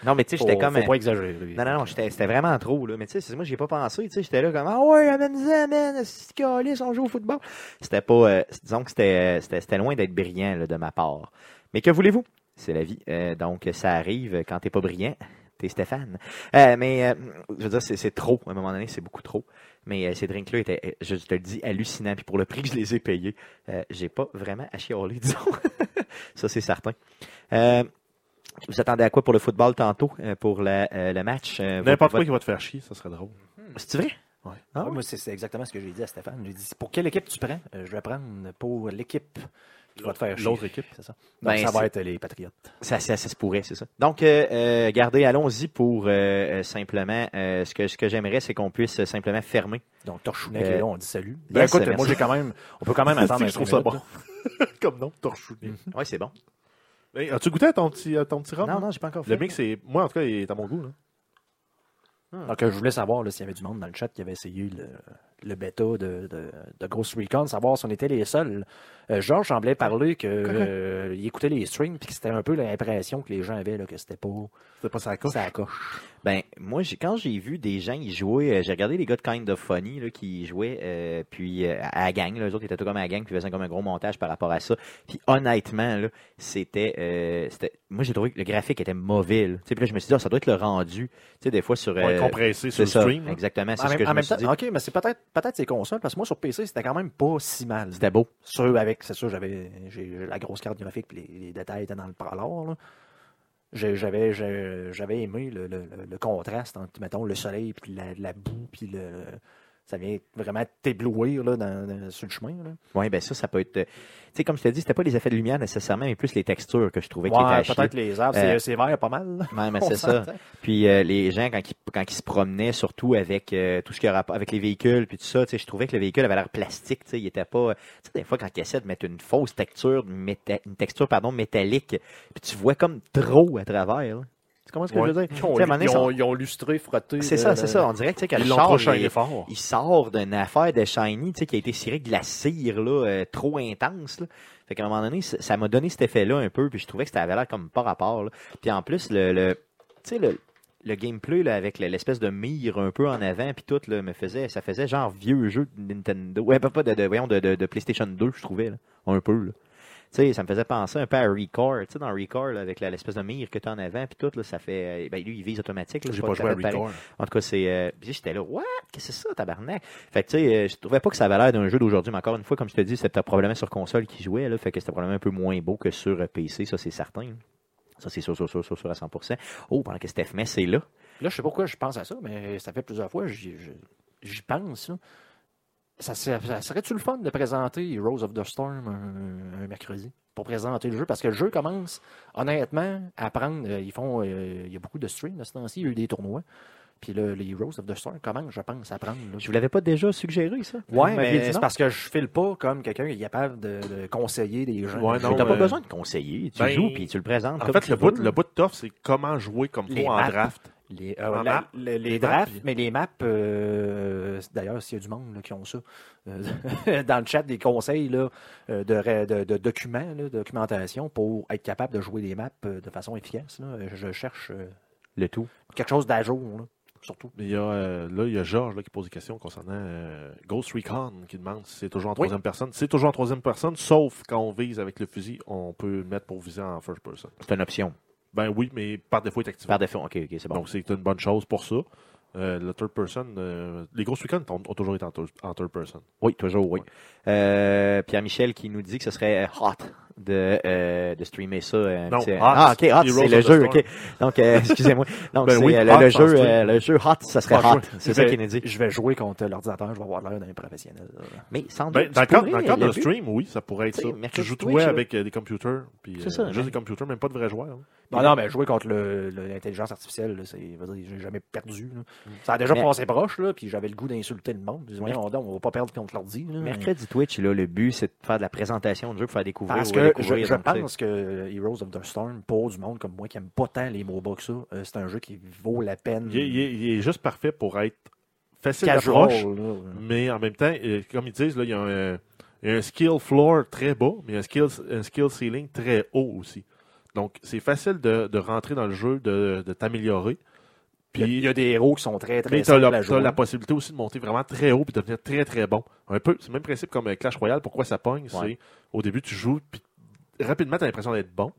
Speaker 1: non, mais tu sais, j'étais
Speaker 3: Oh, Faut-
Speaker 1: comme.
Speaker 3: Faut pas exagérer. lui.
Speaker 1: Non, non, non, j'étais- c'était vraiment trop, là. Mais tu sais, c'est- moi, j'y ai pas pensé, tu sais. J'étais là comme, ah ouais, amène-en, man, c'est calice, on joue au football. C'était pas, euh, disons que c'était, euh, c'était, c'était loin d'être brillant, là, de ma part. Mais que voulez-vous? C'est la vie. Euh, donc, ça arrive quand t'es pas brillant. T'es Stéphane. Euh, mais, euh, je veux dire, c'est, c'est trop. À un moment donné, c'est beaucoup trop. Mais euh, ces drinks-là étaient, euh, je te le dis, hallucinants. Puis pour le prix que je les ai payés, euh, j'ai pas vraiment à chialer, <laughs> disons. Ça, c'est certain. Euh, vous attendez à quoi pour le football tantôt, euh, pour la, euh, le match? euh,
Speaker 2: N'importe
Speaker 1: votre-
Speaker 2: quoi qui va te faire chier, ça
Speaker 1: <laughs>
Speaker 2: serait drôle.
Speaker 1: c'est vrai?
Speaker 2: Ouais.
Speaker 1: Ah
Speaker 3: Ouais,
Speaker 1: ouais?
Speaker 3: Moi, c'est c'est exactement ce que j'ai dit à Stéphane. J'ai dit, pour quelle équipe tu prends Euh, Je vais prendre pour l'équipe qui va te faire chier.
Speaker 2: L'autre équipe.
Speaker 3: C'est ça. Donc,
Speaker 1: Ben,
Speaker 3: ça
Speaker 1: c'est-
Speaker 3: va être les Patriotes.
Speaker 1: Ça, ça, ça se pourrait, c'est ça. Donc, euh, euh, gardez, allons-y pour euh, euh, simplement, euh, ce que, ce que j'aimerais, c'est qu'on puisse euh, simplement fermer.
Speaker 3: Donc, Torchounet
Speaker 1: Euh,
Speaker 3: qui est là, on dit salut.
Speaker 1: yes,
Speaker 3: ben, écoute,
Speaker 1: merci.
Speaker 3: moi, j'ai quand même. On peut quand même attendre
Speaker 2: <laughs> C'est
Speaker 3: un
Speaker 2: que je trouve ça
Speaker 3: peu
Speaker 2: bon. Comme nom, torchouné.
Speaker 1: Oui, c'est bon.
Speaker 2: Hey, Mm. Ben, As-tu goûté à ton petit, à ton petit rhum?
Speaker 1: Non,
Speaker 2: là?
Speaker 1: non, j'ai pas encore fait.
Speaker 2: Le mix, c'est. Moi, en tout cas, il est à mon goût. Là.
Speaker 3: Donc, euh, je voulais savoir là, s'il y avait du monde dans le chat qui avait essayé le, le bêta de, de, de Ghost Recon, savoir si on était les seuls. Euh, Georges semblait parler qu'il écoutait les streams puis que c'était un peu l'impression que les gens avaient là, que c'était pas
Speaker 2: C'était pas ça coche.
Speaker 3: ça coche.
Speaker 1: Ben, moi, j'ai- quand j'ai vu des gens y jouer, euh, j'ai regardé les gars de Kind of Funny là, qui jouaient, euh, puis euh, à la gang, là, eux autres étaient tout comme à la gang, puis ils faisaient comme un gros montage par rapport à ça. Puis honnêtement, là, c'était, euh, c'était- moi j'ai trouvé que le graphique était mauvais. là. Tu sais, puis là, je me suis dit, Ah, ça doit être le rendu. Tu sais, des fois sur,
Speaker 2: On est
Speaker 1: euh,
Speaker 2: compressé sur
Speaker 1: c'est
Speaker 2: le
Speaker 1: ça,
Speaker 2: stream. là.
Speaker 1: exactement, c'est
Speaker 3: Ben, En
Speaker 1: ce
Speaker 3: même,
Speaker 1: que je
Speaker 3: en
Speaker 1: me
Speaker 3: même
Speaker 1: suis
Speaker 3: temps, ah.
Speaker 1: dit.
Speaker 3: ok, mais c'est peut-être peut-être ces consoles, parce que moi sur PC, c'était quand même pas si mal.
Speaker 1: C'était beau.
Speaker 3: Ceux avec, c'est sûr, j'avais j'ai j'ai la grosse carte graphique puis les, les détails étaient dans le parloir. là. J'ai- J'avais j'ai- j'avais aimé le, le- le- le contraste entre, mettons, le soleil puis la, la boue puis le. Ça vient vraiment t'éblouir là, dans, dans- sur le chemin. Là.
Speaker 1: Oui, ben ça, ça peut être. euh, Tu sais, comme je te dis, c'était pas les effets de lumière nécessairement, mais plus les textures que je trouvais qui étaient à
Speaker 3: Ouais,
Speaker 1: chier.
Speaker 3: peut-être les arbres,
Speaker 1: Euh,
Speaker 3: c'est- c'est vert pas mal. là.
Speaker 1: Ouais, mais
Speaker 2: <laughs>
Speaker 3: On
Speaker 1: c'est ça.
Speaker 3: s'entend.
Speaker 1: Puis euh, les gens, quand ils, quand ils se promenaient, surtout avec euh, tout ce qui a rapport avec les véhicules, puis tout ça, tu sais, je trouvais que le véhicule avait l'air plastique. tu sais, Il était pas. Tu sais, des fois, quand ils essaient de mettre une fausse texture, méta- une texture pardon, métallique, puis tu vois comme trop à travers. là. Tu comprends ce que
Speaker 2: Ouais.
Speaker 1: je veux dire?
Speaker 3: Ils ont,
Speaker 1: Tu sais, à un moment donné,
Speaker 3: ils ont-
Speaker 1: ça-
Speaker 3: ils ont lustré, frotté.
Speaker 1: C'est
Speaker 3: là,
Speaker 1: ça,
Speaker 3: là,
Speaker 1: c'est ça. On dirait que, tu sais, que le
Speaker 2: Ils l'ont
Speaker 1: char,
Speaker 2: pas
Speaker 1: il-
Speaker 2: shiny fort.
Speaker 1: il sort d'une affaire de Shiny tu sais, qui a été cirée avec de la cire là, euh, trop intense. Là. Fait qu'à un moment donné, ça ça m'a donné cet effet-là un peu, puis je trouvais que ça avait l'air comme pas rapport. là. Puis en plus, le, le, tu sais, le, le gameplay là, avec le- l'espèce de mire un peu en avant, puis tout, là, me faisait, ça faisait genre vieux jeu de Nintendo. Ouais, pas, pas de, de, voyons, de, de- de PlayStation 2, je trouvais, là, un peu. Là. Tu sais, ça me faisait penser un peu à Record. Tu sais, dans Record, là, avec la- l'espèce de mire que tu as en avant, puis tout, là, ça fait. euh, Ben, lui, il vise automatique. là,
Speaker 2: J'ai
Speaker 1: c'est
Speaker 2: pas
Speaker 1: tout
Speaker 2: joué à
Speaker 1: fait pareil.
Speaker 2: Record.
Speaker 1: En tout cas, c'est. euh, puis j'étais là, what? Qu'est-ce que c'est ça, tabarnak? Fait que, tu sais, euh, je trouvais pas que ça avait l'air d'un jeu d'aujourd'hui, mais encore une fois, comme je te dis, c'était peut-être probablement sur console qui jouait, là. Fait que c'était probablement un peu moins beau que sur euh, PC, ça, c'est certain. Ça, c'est sûr, sûr, sûr, sûr, sûr, à 100%. Oh, pendant que Steph Mess est là.
Speaker 3: Là, je sais pas pourquoi je pense à ça, mais ça fait plusieurs fois, j'y, je- j'y pense. là. ça, ser- ça serait-tu le fun de présenter Rose of the Storm un, un mercredi pour présenter le jeu? Parce que le jeu commence, honnêtement, à prendre. euh, ils font, euh, il y a beaucoup de streams de ce temps-ci, il y a eu des tournois. Puis là, les Rose of the Storm commencent, je pense, à prendre. là.
Speaker 1: Je vous l'avais pas déjà suggéré, ça? Vous
Speaker 3: Ouais,
Speaker 1: m'aviez
Speaker 3: mais
Speaker 1: dit
Speaker 3: c'est
Speaker 1: non.
Speaker 3: parce que je file pas comme quelqu'un qui est capable de, de conseiller des gens.
Speaker 2: Ouais, non,
Speaker 1: Mais t'as pas
Speaker 2: euh,
Speaker 1: besoin de conseiller. Tu
Speaker 2: ben,
Speaker 1: joues puis tu le présentes.
Speaker 2: En
Speaker 1: comme
Speaker 2: fait,
Speaker 1: tu
Speaker 2: le
Speaker 1: veux.
Speaker 2: bout, le bout de tough, c'est comment jouer comme
Speaker 3: Les
Speaker 2: toi en
Speaker 3: maps.
Speaker 2: draft.
Speaker 3: Les, euh,
Speaker 2: En
Speaker 3: la-
Speaker 2: map,
Speaker 3: le- les,
Speaker 2: les
Speaker 3: drafts,
Speaker 2: maps, puis-
Speaker 3: mais les maps, euh, d'ailleurs, s'il y a du monde là, qui ont ça, euh, <laughs> dans le chat, des conseils là, euh, de, ra- de- de documents, là, documentation pour être capable de jouer les maps euh, de façon efficace. là. Je cherche euh,
Speaker 1: Le tout.
Speaker 3: quelque chose d'à jour, là, surtout.
Speaker 2: Il y a, euh, là, il y a Georges là, qui pose des questions concernant euh, Ghost Recon qui demande si c'est toujours en
Speaker 3: Oui.
Speaker 2: troisième personne. C'est toujours en troisième personne, sauf quand on vise avec le fusil, on peut mettre pour viser en first person.
Speaker 1: C'est une option.
Speaker 2: Ben oui, mais par défaut, il est activé.
Speaker 1: Par défaut, ok, ok, c'est bon.
Speaker 2: Donc c'est une bonne chose pour ça. Euh, le third person, euh, les Ghost Recon ont, ont toujours été en, thir- en third person.
Speaker 1: Oui, toujours, oui.
Speaker 2: Ouais.
Speaker 1: Euh, Pierre-Michel qui nous dit que ce serait euh, hot de, euh, de streamer ça. euh,
Speaker 2: Non,
Speaker 1: c'est-
Speaker 2: hot,
Speaker 1: ah, ok, hot,
Speaker 2: Heroes
Speaker 1: c'est le
Speaker 2: of the
Speaker 1: jeu,
Speaker 2: Storm.
Speaker 1: ok. Donc,
Speaker 2: <laughs>
Speaker 1: euh, excusez-moi. Donc,
Speaker 2: Ben
Speaker 1: c'est,
Speaker 2: oui,
Speaker 1: euh, le,
Speaker 2: hot
Speaker 1: le
Speaker 2: en
Speaker 1: jeu,
Speaker 2: stream.
Speaker 1: euh, le jeu hot, ça serait
Speaker 2: Pas
Speaker 1: hot.
Speaker 2: joué.
Speaker 1: C'est ça
Speaker 2: Ben,
Speaker 1: qu'il nous dit.
Speaker 3: Je vais jouer contre l'ordinateur, je vais avoir l'air d'un professionnel. là.
Speaker 1: Mais sans
Speaker 2: Ben,
Speaker 1: doute,
Speaker 2: dans, le
Speaker 1: tu
Speaker 2: cadre-
Speaker 1: pourrais,
Speaker 2: dans le cadre
Speaker 1: le
Speaker 2: d'un
Speaker 1: but-
Speaker 2: stream, oui, ça pourrait être
Speaker 1: Tu sais,
Speaker 2: ça. Tu
Speaker 1: mercredi
Speaker 2: joues
Speaker 1: Twitch,
Speaker 2: toi
Speaker 1: là.
Speaker 2: avec euh, des computers, puis
Speaker 1: C'est
Speaker 2: euh,
Speaker 1: ça,
Speaker 2: juste
Speaker 1: mais-
Speaker 2: des computers, même pas de vrais joueurs. hein.
Speaker 3: Non, non, mais jouer contre le- le- l'intelligence artificielle, là, c'est, je veux dire, j'ai jamais perdu. là. Ça a déjà
Speaker 1: Mais-
Speaker 3: passé proche, là, puis j'avais le goût d'insulter le monde. Je disais, Voyons donc, on va pas perdre contre l'ordi.
Speaker 2: euh,
Speaker 3: là.
Speaker 1: Mercredi Twitch, là, le but, c'est de faire de la présentation de jeu pour faire découvrir.
Speaker 3: Parce
Speaker 1: ou
Speaker 3: que je,
Speaker 1: redécouvrir,
Speaker 3: je
Speaker 1: donc, tu sais.
Speaker 3: pense que Heroes of the Storm, pour du monde comme moi qui aime pas tant les MOBA que ça, euh, c'est un jeu qui vaut la
Speaker 1: Hmm.
Speaker 3: peine.
Speaker 2: Il, est- il est- il est juste parfait pour être facile
Speaker 3: Casual,
Speaker 2: d'approche,
Speaker 3: là.
Speaker 2: mais en même temps, euh, comme ils disent, là, il, y a un, il y a un skill floor très bas, mais un skill, un skill ceiling très haut aussi. Donc, c'est facile de, de rentrer dans le jeu, de, de t'améliorer.
Speaker 3: Puis il y a
Speaker 2: Puis,
Speaker 3: des héros qui sont très très
Speaker 2: mais tu as,
Speaker 3: simples à jouer.
Speaker 2: la possibilité aussi de monter vraiment très haut et devenir très très bon. Un peu, c'est le même principe comme euh, Clash Royale. Pourquoi ça pogne
Speaker 1: Ouais.
Speaker 2: C'est au début, tu joues, puis rapidement, tu as l'impression d'être bon,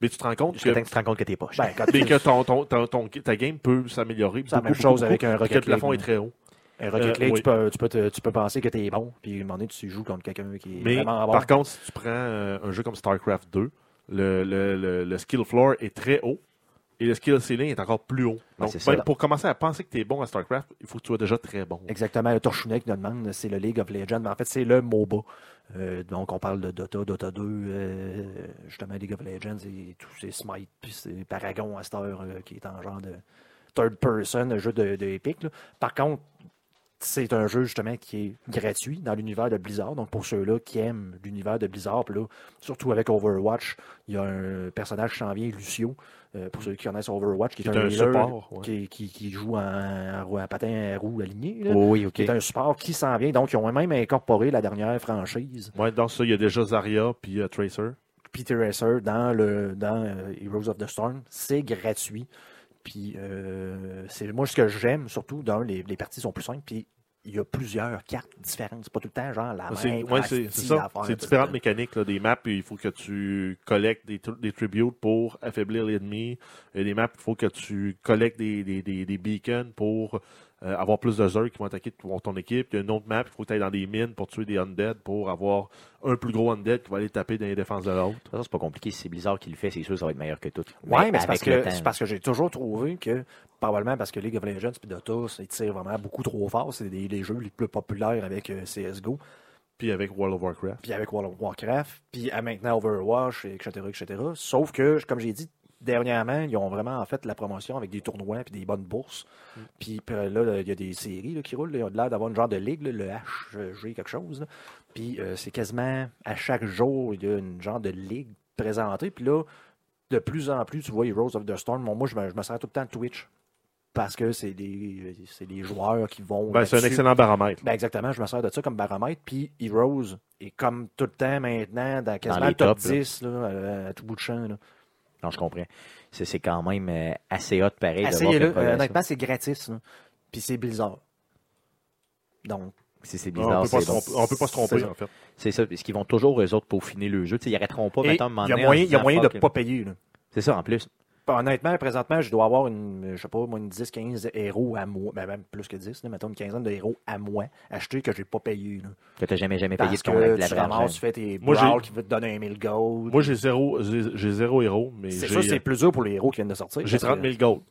Speaker 2: mais tu te rends compte
Speaker 1: Jusqu'à
Speaker 2: que
Speaker 1: temps que tu te rends compte que t'es poche.
Speaker 3: Ben, quand
Speaker 2: mais
Speaker 3: tu-
Speaker 2: que ton, ton- ton- ton- ta game peut s'améliorer.
Speaker 3: C'est la
Speaker 2: beaucoup,
Speaker 3: même chose
Speaker 2: beaucoup,
Speaker 3: avec un
Speaker 2: beaucoup, puis que
Speaker 3: Rocket
Speaker 2: le plafond
Speaker 3: League,
Speaker 2: est très haut.
Speaker 3: un Rocket
Speaker 2: euh,
Speaker 3: League,
Speaker 2: oui.
Speaker 3: tu, peux, tu peux te- tu peux penser que t'es bon, puis à un moment donné, tu joues contre quelqu'un qui est
Speaker 2: Mais
Speaker 3: vraiment bon.
Speaker 2: par contre, si tu prends euh, un jeu comme StarCraft 2, le, le- le- le skill floor est très haut et le skill ceiling est encore plus haut.
Speaker 1: Ouais,
Speaker 2: Donc,
Speaker 1: c'est ça,
Speaker 2: même
Speaker 1: là.
Speaker 2: pour commencer à penser que tu es bon à StarCraft, il faut que tu sois déjà très bon.
Speaker 3: Exactement, le Torchounet qui nous demande, c'est le League of Legends, mais en fait, c'est le MOBA. Euh, donc, on parle de Dota, Dota 2, euh, justement, League of Legends et tous ces Smite, puis c'est Paragon à cette heure euh, qui est en genre de third person, un jeu de, de Epic. là. Par contre, c'est un jeu justement qui est gratuit dans l'univers de Blizzard. Donc, pour ceux-là qui aiment l'univers de Blizzard, puis là, surtout avec Overwatch, il y a un personnage qui s'en vient, Lucio, euh, pour ceux qui connaissent Overwatch, qui,
Speaker 2: Qui
Speaker 3: est
Speaker 2: est
Speaker 3: un,
Speaker 2: un
Speaker 3: healer,
Speaker 2: support, ouais.
Speaker 3: qui, qui- qui joue en, en- en patin à roue aligné. là
Speaker 1: Oui, oui, ok.
Speaker 3: qui est un support qui s'en vient. Donc, ils ont même incorporé la dernière franchise,
Speaker 2: Ouais, dans ça, il y a déjà Zarya puis euh, Tracer.
Speaker 3: Peter Racer, dans, le, dans euh, Heroes of the Storm. C'est gratuit. Puis, euh, c'est moi ce que j'aime, surtout, d'un, les, les parties sont plus simples. Puis, il y a plusieurs cartes différentes. C'est pas tout le temps genre la
Speaker 2: C'est
Speaker 3: même.
Speaker 2: ouais, c'est- c'est
Speaker 3: hostie
Speaker 2: ça.
Speaker 3: d'affaires,
Speaker 2: C'est
Speaker 3: tout
Speaker 2: différentes
Speaker 3: le temps.
Speaker 2: mécaniques là, des maps. Il faut que tu collectes des, tr- des tributes pour affaiblir l'ennemi. Et les maps, il faut que tu collectes des, des, des- des beacons pour euh, avoir plus de zergs qui vont attaquer ton, ton équipe. Il y a une autre map, il faut que tu ailles dans des mines pour tuer des undead pour avoir un plus gros undead qui va aller taper dans les défenses de l'autre.
Speaker 1: De toute façon, c'est pas compliqué. Si c'est Blizzard qui le fait, c'est sûr que ça va être meilleur que tout.
Speaker 3: Ouais, mais c'est parce,
Speaker 1: avec le
Speaker 3: que,
Speaker 1: temps,
Speaker 3: c'est parce que j'ai toujours trouvé que, probablement parce que League of Legends et Dota, ils tirent vraiment beaucoup trop fort. C'est des- les jeux les plus populaires avec euh, CSGO.
Speaker 2: Puis avec World of Warcraft.
Speaker 3: puis avec World of Warcraft, puis à maintenant Overwatch, etc., etc. Sauf que, comme j'ai dit, dernièrement, ils ont vraiment fait la promotion avec des tournois puis des bonnes bourses.
Speaker 2: Mm.
Speaker 3: Puis puis, euh, là, il y a des séries là, qui roulent. là. Ils ont l'air d'avoir une genre de ligue, là, le HG quelque chose. là. Puis euh, c'est quasiment à chaque jour, il y a une genre de ligue présentée. Puis là, de plus en plus, tu vois Heroes of the Storm. Bon, moi, je me, je me sers tout le temps de Twitch. Parce que c'est des, euh, c'est des joueurs qui vont.
Speaker 2: Ben, c'est un
Speaker 3: là-dessus.
Speaker 2: excellent baromètre.
Speaker 3: Ben exactement, je me sers de ça comme baromètre. Puis Heroes est comme tout le temps maintenant, dans quasiment
Speaker 1: les
Speaker 3: le top
Speaker 1: tops, là.
Speaker 3: 10, là, euh, à, à tout bout de champ. là.
Speaker 1: Non, je comprends. C'est, c'est quand même euh, assez hot pareil. de voir
Speaker 3: Essayez-le.
Speaker 1: quelle progression.
Speaker 3: Euh, Honnêtement, c'est gratis. là. Puis c'est Blizzard. Donc,
Speaker 1: Si c'est
Speaker 2: on,
Speaker 1: Blizzard,
Speaker 2: peut pas
Speaker 1: c'est
Speaker 2: se
Speaker 1: bon.
Speaker 2: tromper- on peut pas se
Speaker 3: C'est
Speaker 2: tromper,
Speaker 3: ça.
Speaker 2: en fait.
Speaker 1: C'est ça, parce qu'ils vont toujours, eux autres, peaufiner le jeu. Tu sais, ils arrêteront pas,
Speaker 3: et il y
Speaker 1: mettons,
Speaker 3: a
Speaker 1: un moment donné, en
Speaker 3: moyen,
Speaker 1: se
Speaker 3: il y a
Speaker 1: disant,
Speaker 3: moyen de
Speaker 1: fuck euh,
Speaker 3: ne pas payer. là.
Speaker 1: C'est ça, en plus.
Speaker 3: Puis Honnêtement, présentement, je dois avoir une, je sais pas, moi, une 10, 15 héros à moi. Ben, même plus que 10, là, mettons une quinzaine de héros à moi achetés que j'ai pas payé. Là.
Speaker 1: Que t'as jamais, jamais payé
Speaker 3: Parce
Speaker 1: ce qu'on a de
Speaker 3: que
Speaker 1: la
Speaker 3: tu
Speaker 1: vraie
Speaker 3: ramasses,
Speaker 1: argent.
Speaker 3: tu fais tes
Speaker 2: Moi, j'ai-
Speaker 3: brawls qui veut te donner un 1000 gold.
Speaker 2: Moi, j'ai zéro, j'ai j'ai zéro héros, mais
Speaker 3: c'est
Speaker 2: j'ai euh,
Speaker 3: sûr, c'est plus dur pour les héros qui viennent de sortir.
Speaker 2: j'ai
Speaker 3: parce que-
Speaker 2: 30 000 gold.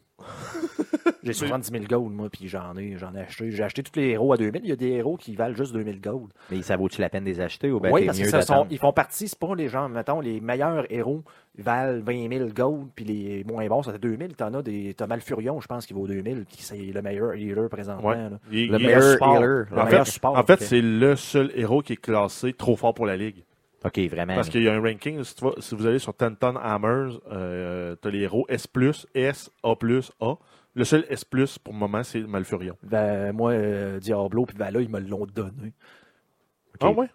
Speaker 3: J'ai 70 000 gold, moi, puis j'en ai, j'en ai acheté. J'ai acheté tous les héros à 2000. Il y a des héros qui valent juste 2000 gold.
Speaker 1: Mais ça vaut-tu la peine de les acheter ou bien Ben,
Speaker 3: oui,
Speaker 1: t'es
Speaker 3: parce que
Speaker 1: mieux
Speaker 3: ça, sont-
Speaker 1: d'attendre?
Speaker 3: ils font partie, c'est pas les gens, mettons, les meilleurs héros valent 20 000 gold, puis les moins bons, ça fait 2 000. T'en as des, t'as Malfurion, je pense, qui vaut 2 000, qui c'est le meilleur healer présentement.
Speaker 2: Ouais.
Speaker 3: Ah, ben, là.
Speaker 2: Il-
Speaker 1: Le
Speaker 2: il-
Speaker 1: meilleur
Speaker 3: support.
Speaker 1: healer.
Speaker 3: Le
Speaker 1: En
Speaker 3: meilleur
Speaker 2: fait-
Speaker 3: support,
Speaker 2: En fait,
Speaker 3: ok.
Speaker 2: c'est le seul héros qui est classé trop fort pour la ligue.
Speaker 1: Ok, vraiment.
Speaker 2: Parce qu'il y a un ranking, si, tu vas- si vous allez sur Tenton Hammers, euh, tu as les héros S, S, A, A. Le seul S, pour le moment, c'est Malfurion.
Speaker 3: Ben, moi, euh, Diablo puis Vala, ils me l'ont donné.
Speaker 1: Ok.
Speaker 2: Ah ouais?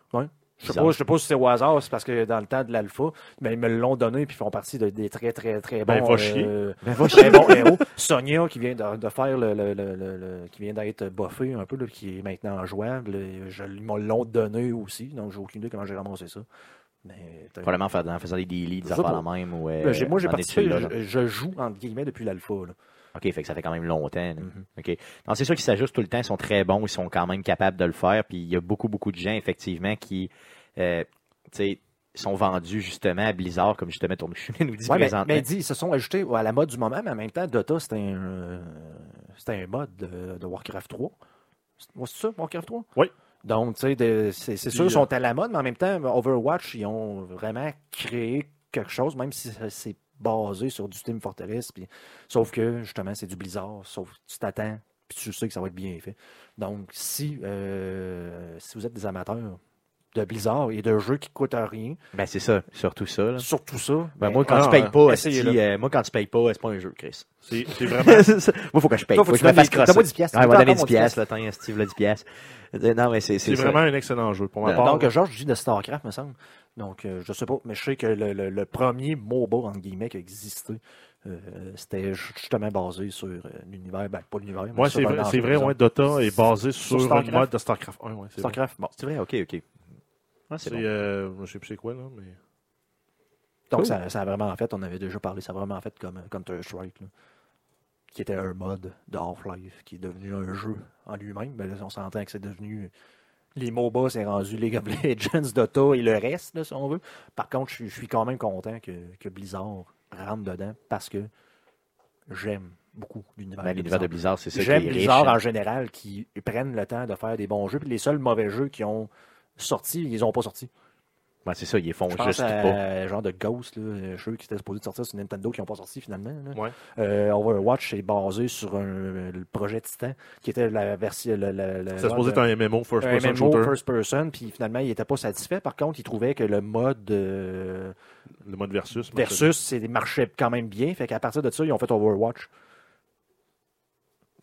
Speaker 3: Je sais
Speaker 1: Bizarre.
Speaker 3: pas, je sais pas si c'est au hasard, c'est parce que dans le temps de l'alpha, ben, ils me l'ont donné puis ils font partie de- des très très très bons, euh,
Speaker 2: Ben, va chier.
Speaker 3: très bons héros. Sonia qui vient de, de faire le, le- le- le- le- qui vient d'être buffé un peu, là, qui est maintenant jouable. Je, ils me l'ont donné aussi, donc j'ai aucune idée comment j'ai ramassé ça. Mais t'as-
Speaker 1: Probablement en fais- en faisant des daily, des
Speaker 3: Je sais
Speaker 1: affaires
Speaker 3: pas.
Speaker 1: la même. Ou, euh,
Speaker 3: Ben, j'ai- moi j'ai
Speaker 1: en
Speaker 3: participé,
Speaker 1: études, là, genre.
Speaker 3: je, je joue entre guillemets depuis l'alpha. là.
Speaker 1: OK, fait que ça fait quand même longtemps. là.
Speaker 3: Mhm.
Speaker 1: OK. Non, c'est sûr qu'ils s'ajustent tout le temps, ils sont très bons, ils sont quand même capables de le faire. Puis il y a beaucoup, beaucoup de gens, effectivement, qui euh, tu sais, sont vendus justement à Blizzard, comme justement <laughs> Tournechumet nous dit
Speaker 3: Ouais, mais,
Speaker 1: présentement.
Speaker 3: mais dis, ils se sont ajoutés à la mode du moment, mais en même temps, Dota, c'était un, euh, c'était un mode de, de Warcraft 3. C'est ouais, c'est ça, Warcraft 3?
Speaker 2: Oui.
Speaker 3: Donc, tu sais, de- c'est c'est sûr,
Speaker 2: Puis,
Speaker 3: ils sont à la mode, mais en même temps, Overwatch, ils ont vraiment créé quelque chose, même si ça- c'est basé sur du Team Fortress. puis- sauf que, justement, c'est du Blizzard. Sauf que tu t'attends, puis tu sais que ça va être bien fait. Donc, si, euh, si vous êtes des amateurs de Blizzard et de jeux qui ne coûtent rien,
Speaker 1: Ben, c'est ça, surtout ça. là.
Speaker 3: surtout ça,
Speaker 1: Ben,
Speaker 3: ben,
Speaker 1: moi, quand
Speaker 2: ah,
Speaker 1: tu payes
Speaker 2: ouais.
Speaker 1: pas,
Speaker 3: Essayez-le.
Speaker 1: esti, euh, moi, quand tu payes pas, c'est pas un jeu, Chris.
Speaker 2: C'est c'est vraiment.
Speaker 1: C'est ça. <laughs> moi, faut que je paye.
Speaker 3: Toi,
Speaker 1: Ben, Faut,
Speaker 3: faut
Speaker 1: que
Speaker 3: que
Speaker 1: je me
Speaker 3: tu donnes
Speaker 1: fasse
Speaker 3: des-
Speaker 1: crosser.
Speaker 3: donne-moi 10 piastres.
Speaker 1: Ouais,
Speaker 3: Tout
Speaker 1: va
Speaker 3: le
Speaker 1: donner 10
Speaker 3: temps, donne-moi 10
Speaker 1: piastres, le temps, Steve, le 10 piastres. Euh, Non, mais c'est
Speaker 2: C'est
Speaker 1: c'est ça.
Speaker 2: vraiment un excellent jeu. Pour ma
Speaker 1: Non,
Speaker 2: part,
Speaker 3: Ben, Donc, Georges dit de StarCraft, me semble. Donc, euh, je sais pas, mais je sais que le, le- le premier MOBA, entre guillemets, qui a existé, euh, c'était ju- justement basé sur euh, l'univers, ben, pas l'univers, mais
Speaker 2: Ouais,
Speaker 3: sur
Speaker 2: c'est
Speaker 3: un
Speaker 2: vrai,
Speaker 3: arc,
Speaker 2: c'est vrai
Speaker 3: par
Speaker 2: ouais,
Speaker 3: exemple.
Speaker 2: Dota est basé sur,
Speaker 3: Sur
Speaker 2: une
Speaker 3: StarCraft.
Speaker 2: mode de StarCraft 1. Ouais, c'est vrai.
Speaker 3: StarCraft, bon.
Speaker 1: C'est vrai, OK, OK. Ouais,
Speaker 2: C'est,
Speaker 1: c'est bon.
Speaker 2: euh, je sais plus c'est quoi, là, mais.
Speaker 3: Donc,
Speaker 1: Cool.
Speaker 3: ça, ça a vraiment en fait, on avait déjà parlé, ça a vraiment en fait comme euh, Counter-Strike, là, qui était un mode de Half-Life, qui est devenu un jeu en lui-même. Mais là, on s'entend que c'est devenu. Les MOBA, c'est rendu League of <laughs> Legends, Dota et le reste, là, si on veut. Par contre, je, suis- je suis quand même content que, que Blizzard rentre dedans parce que j'aime beaucoup l'univers
Speaker 1: Ben,
Speaker 3: de
Speaker 1: L'univers de
Speaker 3: Blizzard.
Speaker 1: Blizzard, c'est ça qui est
Speaker 3: J'aime
Speaker 1: riche.
Speaker 3: Blizzard
Speaker 1: hein.
Speaker 3: en général qui prennent le temps de faire des bons jeux. Puis les seuls mauvais jeux qui ont sorti, ils ont pas sorti.
Speaker 1: Ouais, Ben, c'est ça, ils les font
Speaker 3: Je pense
Speaker 1: juste
Speaker 3: à,
Speaker 1: pas.
Speaker 3: euh, genre de Ghost, là, un jeu qui était supposé de sortir sur Nintendo qui n'ont pas sorti finalement. là.
Speaker 2: Ouais.
Speaker 3: Euh, Overwatch est basé sur un, le projet Titan qui était la version. La, la- la-
Speaker 2: Ça se posait
Speaker 3: genre de-
Speaker 2: un MMO, First
Speaker 3: Ben, un
Speaker 2: Person
Speaker 3: MMO
Speaker 2: Shooter.
Speaker 3: first person, puis finalement il n'était pas satisfait. Par contre, il trouvait que le mode euh,
Speaker 2: Le mode Versus. moi,
Speaker 3: versus c'est- marchait quand même bien. Fait qu'à partir de ça, ils ont fait Overwatch.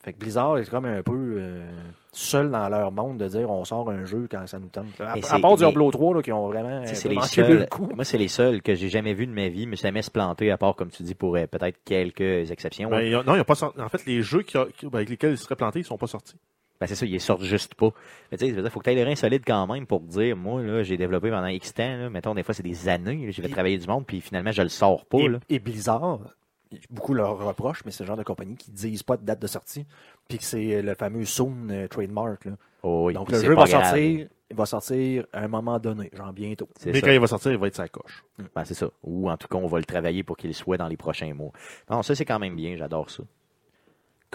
Speaker 3: Fait que Blizzard est comme un peu euh, seul dans leur monde de dire on sort un jeu quand ça nous tente. À,
Speaker 1: Mais
Speaker 3: à
Speaker 1: c'est-
Speaker 3: part
Speaker 1: mais-
Speaker 3: Diablo 3 là, qui ont vraiment
Speaker 1: Tu sais,
Speaker 3: un
Speaker 1: C'est
Speaker 3: peu
Speaker 1: les
Speaker 3: manqué le
Speaker 1: seuls.
Speaker 3: coup.
Speaker 1: Moi, c'est les seuls que j'ai jamais vus de ma vie, mais jamais se planter, à part, comme tu dis, pour euh, peut-être quelques exceptions.
Speaker 2: Ben,
Speaker 1: hein.
Speaker 2: ils ont- non, ils ont pas sorti- En fait, les jeux qui ont- qui- ben, avec lesquels ils seraient plantés, ils sont pas sortis.
Speaker 1: Ben, c'est ça, ils les sortent juste pas. Mais tu sais, il faut que tu aies les reins solides quand même pour dire, moi, là, j'ai développé pendant X temps, là, mettons, des fois, c'est des années, là, j'ai fait
Speaker 3: Et-
Speaker 1: travailler du monde, puis finalement, je le sors pas.
Speaker 3: Et,
Speaker 1: là.
Speaker 3: et Blizzard, beaucoup leur reprochent, mais c'est le genre de compagnie qui ne disent pas de date de sortie. Puis que c'est le fameux Soon euh, trademark. là.
Speaker 1: Oh, oui,
Speaker 3: Donc
Speaker 1: puis
Speaker 3: le
Speaker 1: c'est
Speaker 3: jeu
Speaker 1: pas
Speaker 3: va
Speaker 1: grave.
Speaker 3: sortir, il va sortir à un moment donné, genre bientôt.
Speaker 1: C'est
Speaker 2: Mais
Speaker 1: ça.
Speaker 2: quand il va sortir, il va être sa coche.
Speaker 1: Ben, c'est ça. Ou en tout cas, on va le travailler pour qu'il le soit dans les prochains mois. Non, ça, c'est quand même bien. J'adore ça.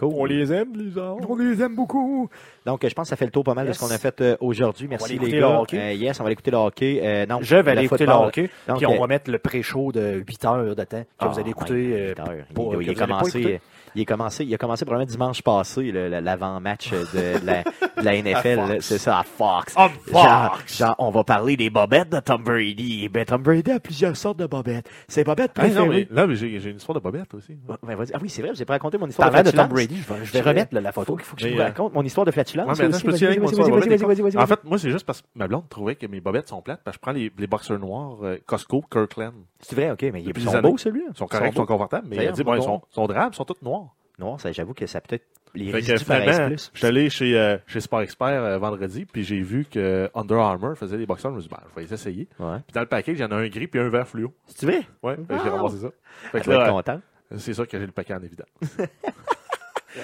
Speaker 1: Cool.
Speaker 2: aime, Blizzard.
Speaker 3: On les aime beaucoup.
Speaker 1: Donc, euh, je pense que ça fait le tour pas mal
Speaker 3: Yes.
Speaker 1: de ce qu'on a fait euh, aujourd'hui.
Speaker 3: aller
Speaker 1: Merci,
Speaker 3: écouter
Speaker 1: les
Speaker 3: le
Speaker 1: gars.
Speaker 3: hockey.
Speaker 1: Euh, yes, on va aller écouter le hockey. Euh, non,
Speaker 3: Je vais
Speaker 1: le
Speaker 3: aller écouter le
Speaker 1: football.
Speaker 3: hockey.
Speaker 1: Donc,
Speaker 3: Puis on
Speaker 1: euh,
Speaker 3: va mettre le pré-show de 8 heures de temps que
Speaker 1: Ah,
Speaker 3: vous allez
Speaker 1: ouais,
Speaker 3: écouter. euh,
Speaker 1: huit heures. Il-
Speaker 3: pour-
Speaker 1: il,
Speaker 3: que
Speaker 1: est
Speaker 3: vous allez pas
Speaker 1: commencé,
Speaker 3: écouter.
Speaker 1: il est commencé, il a commencé probablement dimanche passé, le- le- l'avant-match de, de la, de
Speaker 3: <laughs>
Speaker 1: la NFL,
Speaker 2: À Fox.
Speaker 1: là, c'est ça, à Fox.
Speaker 2: On
Speaker 1: Genre,
Speaker 2: Fox!
Speaker 1: genre, on va parler des bobettes de Tom Brady. Ben, Tom Brady a plusieurs sortes de bobettes. Ses bobettes
Speaker 2: Ah, non, mais
Speaker 1: préférées.
Speaker 2: là, mais j'ai j'ai une histoire de Bobette aussi.
Speaker 1: Ouais, ben, vas-y. Ah oui, c'est vrai, je vous ai pas raconté mon histoire
Speaker 3: Parlant de Tom
Speaker 1: flatulence.
Speaker 3: Brady, je vais, je vais
Speaker 1: Je vais-
Speaker 3: remettre là, la photo.
Speaker 1: Faut, faut que je
Speaker 2: Mais,
Speaker 1: vous
Speaker 2: euh,
Speaker 1: raconte mon histoire de flatulence.
Speaker 2: Ouais, mais attends,
Speaker 1: aussi.
Speaker 2: je peux-tu y
Speaker 1: Vas-y,
Speaker 2: aller avec mon
Speaker 1: vas-y,
Speaker 2: histoire de
Speaker 1: vas-y,
Speaker 2: Bobette?
Speaker 1: vas-y, vas-y, vas-y,
Speaker 2: En
Speaker 1: vas-y.
Speaker 2: fait, moi, c'est juste parce que ma blonde trouvait que mes bobettes sont plates, parce que je prends les, les boxers noirs euh, Costco, Kirkland.
Speaker 1: C'est vrai, ok, mais il est
Speaker 2: Depuis
Speaker 1: plus
Speaker 2: les années.
Speaker 1: beau, celui-là.
Speaker 2: Ils sont corrects, ils sont
Speaker 1: beaux.
Speaker 2: confortables, mais
Speaker 1: D'ailleurs,
Speaker 2: elle dit, bon, ils sont,
Speaker 1: bon.
Speaker 2: sont drables, ils sont tous noirs.
Speaker 1: Non, ça, j'avoue que ça peut-être, les
Speaker 2: Fait
Speaker 1: résidus
Speaker 2: que
Speaker 1: paraissent
Speaker 2: finalement,
Speaker 1: plus.
Speaker 2: je suis allé chez, euh, chez Sport Expert euh, vendredi, puis j'ai vu que Under Armour faisait des boxers. Je me suis dit, ben, je vais les essayer.
Speaker 1: Ouais.
Speaker 2: Puis dans le package, il y en a un gris puis un vert fluo.
Speaker 1: C'est vrai?
Speaker 2: Ouais, fait que j'ai
Speaker 1: Wow!
Speaker 2: ramassé ça. Fait
Speaker 1: Elle
Speaker 2: que
Speaker 1: doit être
Speaker 2: là,
Speaker 1: contente.
Speaker 2: euh, c'est ça que j'ai le paquet en évidence.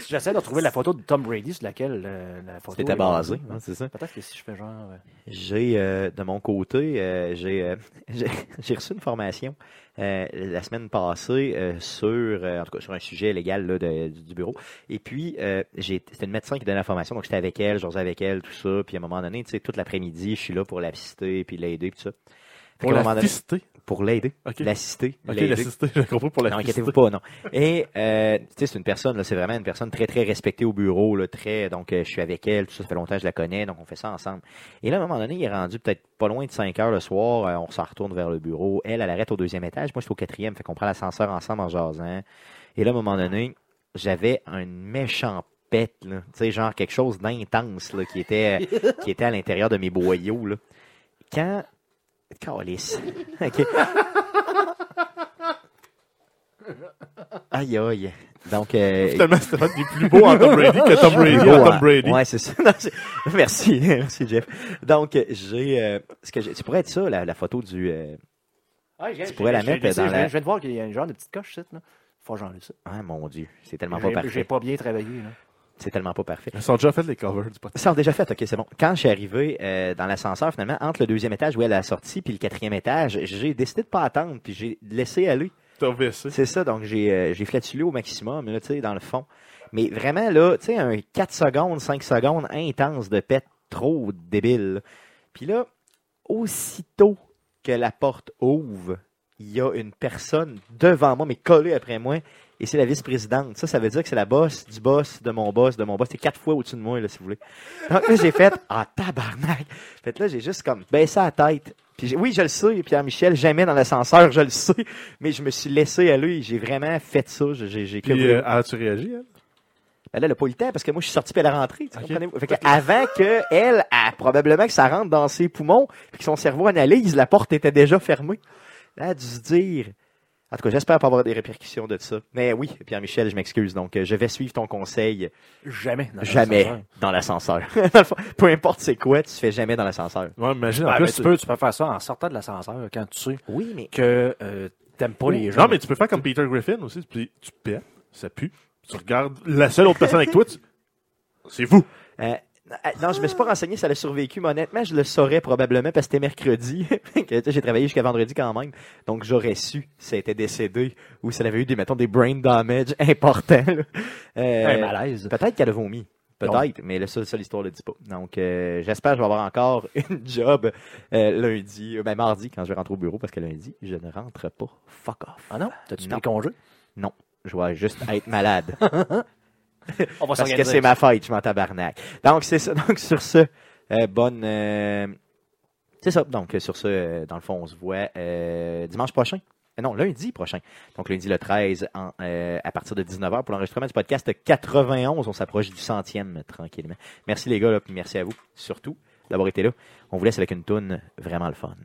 Speaker 3: J'essaie de retrouver la photo de Tom Brady sur laquelle euh, la photo.
Speaker 1: C'était
Speaker 3: est
Speaker 1: basé,
Speaker 3: basée.
Speaker 1: hein, c'est ça.
Speaker 3: Peut-être que si je fais genre. euh,
Speaker 1: J'ai, euh, de mon côté, euh, j'ai, euh, <laughs> j'ai- j'ai reçu une formation euh, la semaine passée euh, sur, euh, en tout cas, sur un sujet légal là, de- du bureau. Et puis, euh, j'ai- c'était une médecin qui donnait la formation, donc j'étais avec elle, j'osais avec elle, tout ça. Puis à un moment donné, tu sais, toute l'après-midi, je suis là pour l'assister, puis l'aider, puis tout ça. Fait
Speaker 2: Pour
Speaker 1: qu'à un moment
Speaker 2: la
Speaker 1: donné-
Speaker 2: fister.
Speaker 1: pour l'aider,
Speaker 2: Ok.
Speaker 1: l'assister,
Speaker 2: Ok,
Speaker 1: l'aider.
Speaker 2: la fister, j'ai compris pour la
Speaker 1: Non,
Speaker 2: fister.
Speaker 1: inquiétez-vous pas, non. Et, euh, tu sais, c'est une personne, là, c'est vraiment une personne très, très respectée au bureau, là, très, donc, euh, je suis avec elle, tout ça, ça fait longtemps que je la connais, donc on fait ça ensemble. Et là, à un moment donné, il est rendu peut-être pas loin de 5 heures le soir, euh, on s'en retourne vers le bureau. Elle, elle arrête au deuxième étage, moi, je suis au quatrième, fait qu'on prend l'ascenseur ensemble en jasant. Et là, à un moment donné, j'avais un méchant pet, là, tu sais, genre quelque chose d'intense, là, qui était, euh, qui était à l'intérieur de mes boyaux, là. Quand... Calice. <laughs> OK. Aïe, aïe. Donc, euh,
Speaker 2: Finalement, Stéphane il est plus beau en Tom Brady
Speaker 1: <laughs>
Speaker 2: que Tom
Speaker 1: plus
Speaker 2: Brady
Speaker 1: gros,
Speaker 2: en
Speaker 1: hein.
Speaker 2: Tom Brady.
Speaker 1: Ouais, c'est ça. <laughs> Non, c'est- merci, <laughs> merci Jeff. Donc, euh, j'ai, euh, ce que j'ai- tu pourrais être ça, la, la photo du. euh,
Speaker 3: Ah, j'ai-
Speaker 1: Tu pourrais la
Speaker 3: j'ai- j'ai-
Speaker 1: mettre
Speaker 3: j'ai-
Speaker 1: dans
Speaker 3: je,
Speaker 1: la-
Speaker 3: je viens de voir qu'il y a une genre de petite coche, ça, là. Faut que j'enlève ça.
Speaker 1: Ah mon Dieu, c'est tellement pas
Speaker 3: J'ai- J'ai
Speaker 1: parfait.
Speaker 3: pas bien travaillé, là.
Speaker 1: C'est tellement pas parfait.
Speaker 2: Ils ont déjà fait les covers du podcast.
Speaker 1: Ça, on l'a déjà fait, ok, c'est bon. Quand je suis arrivé euh, dans l'ascenseur, finalement, entre le deuxième étage où elle a sorti, puis le quatrième étage, j'ai décidé de pas attendre, puis j'ai laissé aller.
Speaker 2: T'as VC.
Speaker 1: C'est ça, donc j'ai euh, j'ai flatulé au maximum, là, tu sais, dans le fond. Mais vraiment, là, tu sais, un 4 secondes, 5 secondes intense de pète trop débile. là. Puis là, aussitôt que la porte ouvre, il y a une personne devant moi, mais collée après moi, et c'est la vice-présidente. Ça, ça veut dire que c'est la boss du boss, de mon boss, de mon boss. C'est quatre fois au-dessus de moi, là, si vous voulez. Donc là, j'ai fait « Ah, tabarnak! » Fait que là, j'ai juste comme baissé la tête. Puis j'ai- oui, je le sais, Pierre-Michel, jamais dans l'ascenseur, je le sais. Mais je me suis laissé à lui. J'ai vraiment fait ça. J'ai j'ai que
Speaker 2: Puis,
Speaker 1: voulu.
Speaker 2: euh, as-tu réagi, elle?
Speaker 1: Elle, elle a pas eu le temps parce que moi, je suis sorti puis elle est rentrée. tu
Speaker 2: Ok.
Speaker 1: comprenez-vous? Fait que avant que elle, a, probablement que ça rentre dans ses poumons puis que son cerveau analyse, la porte était déjà fermée. Elle a dû se dire. En tout cas, j'espère pas avoir des répercussions de ça. Mais oui, Pierre-Michel, je m'excuse. Donc, euh, je vais suivre ton conseil.
Speaker 3: Jamais. dans
Speaker 1: jamais
Speaker 3: l'ascenseur.
Speaker 1: dans l'ascenseur. <laughs> Dans le fond, peu importe c'est quoi, tu fais jamais dans l'ascenseur.
Speaker 2: Ouais, imagine, en
Speaker 3: Ouais, mais
Speaker 2: plus,
Speaker 3: Ah, ben, tu, peux, tu peux faire ça en sortant de l'ascenseur quand tu sais
Speaker 1: Oui, mais.
Speaker 3: que euh, t'aimes pas les gens.
Speaker 2: Non, mais tu peux faire comme Peter Griffin aussi. Tu, tu pètes, ça pue. Tu regardes la seule autre personne avec toi. tu- C'est vous.
Speaker 1: Euh, euh, non, je me suis pas renseigné si elle a survécu, mais honnêtement, je le saurais probablement parce que c'était mercredi. <laughs> que, tu sais, J'ai travaillé jusqu'à vendredi quand même. Donc, j'aurais su si elle était décédée ou si elle avait eu des, mettons, des brain damage <laughs> importants. là. Euh,
Speaker 3: Un malaise.
Speaker 1: Peut-être qu'elle a vomi. Peut-être, mais là, ça, ça, l'histoire le dit pas. Donc, euh, j'espère que je vais avoir encore <laughs> une job euh, lundi, euh, ben, mardi, quand je vais rentrer au bureau, parce que lundi, je ne rentre pas. Fuck off.
Speaker 3: Ah non? T'as-tu
Speaker 1: Non.
Speaker 3: pris congé?
Speaker 1: Je vais juste être malade.
Speaker 3: On va
Speaker 1: Parce que c'est ma fête, je m'en tabarnak. Donc, c'est ça. <laughs> Donc, sur ce, euh, bonne. euh, c'est ça. Donc, sur ce, euh, dans le fond, on se voit euh, dimanche prochain. Euh, Non, lundi prochain. Donc, lundi le 13, en, euh, à partir de 19h, pour l'enregistrement du podcast 91. On s'approche du centième, tranquillement. Merci les gars, là, puis merci à vous, surtout, d'avoir été là. On vous laisse avec une toune vraiment le fun.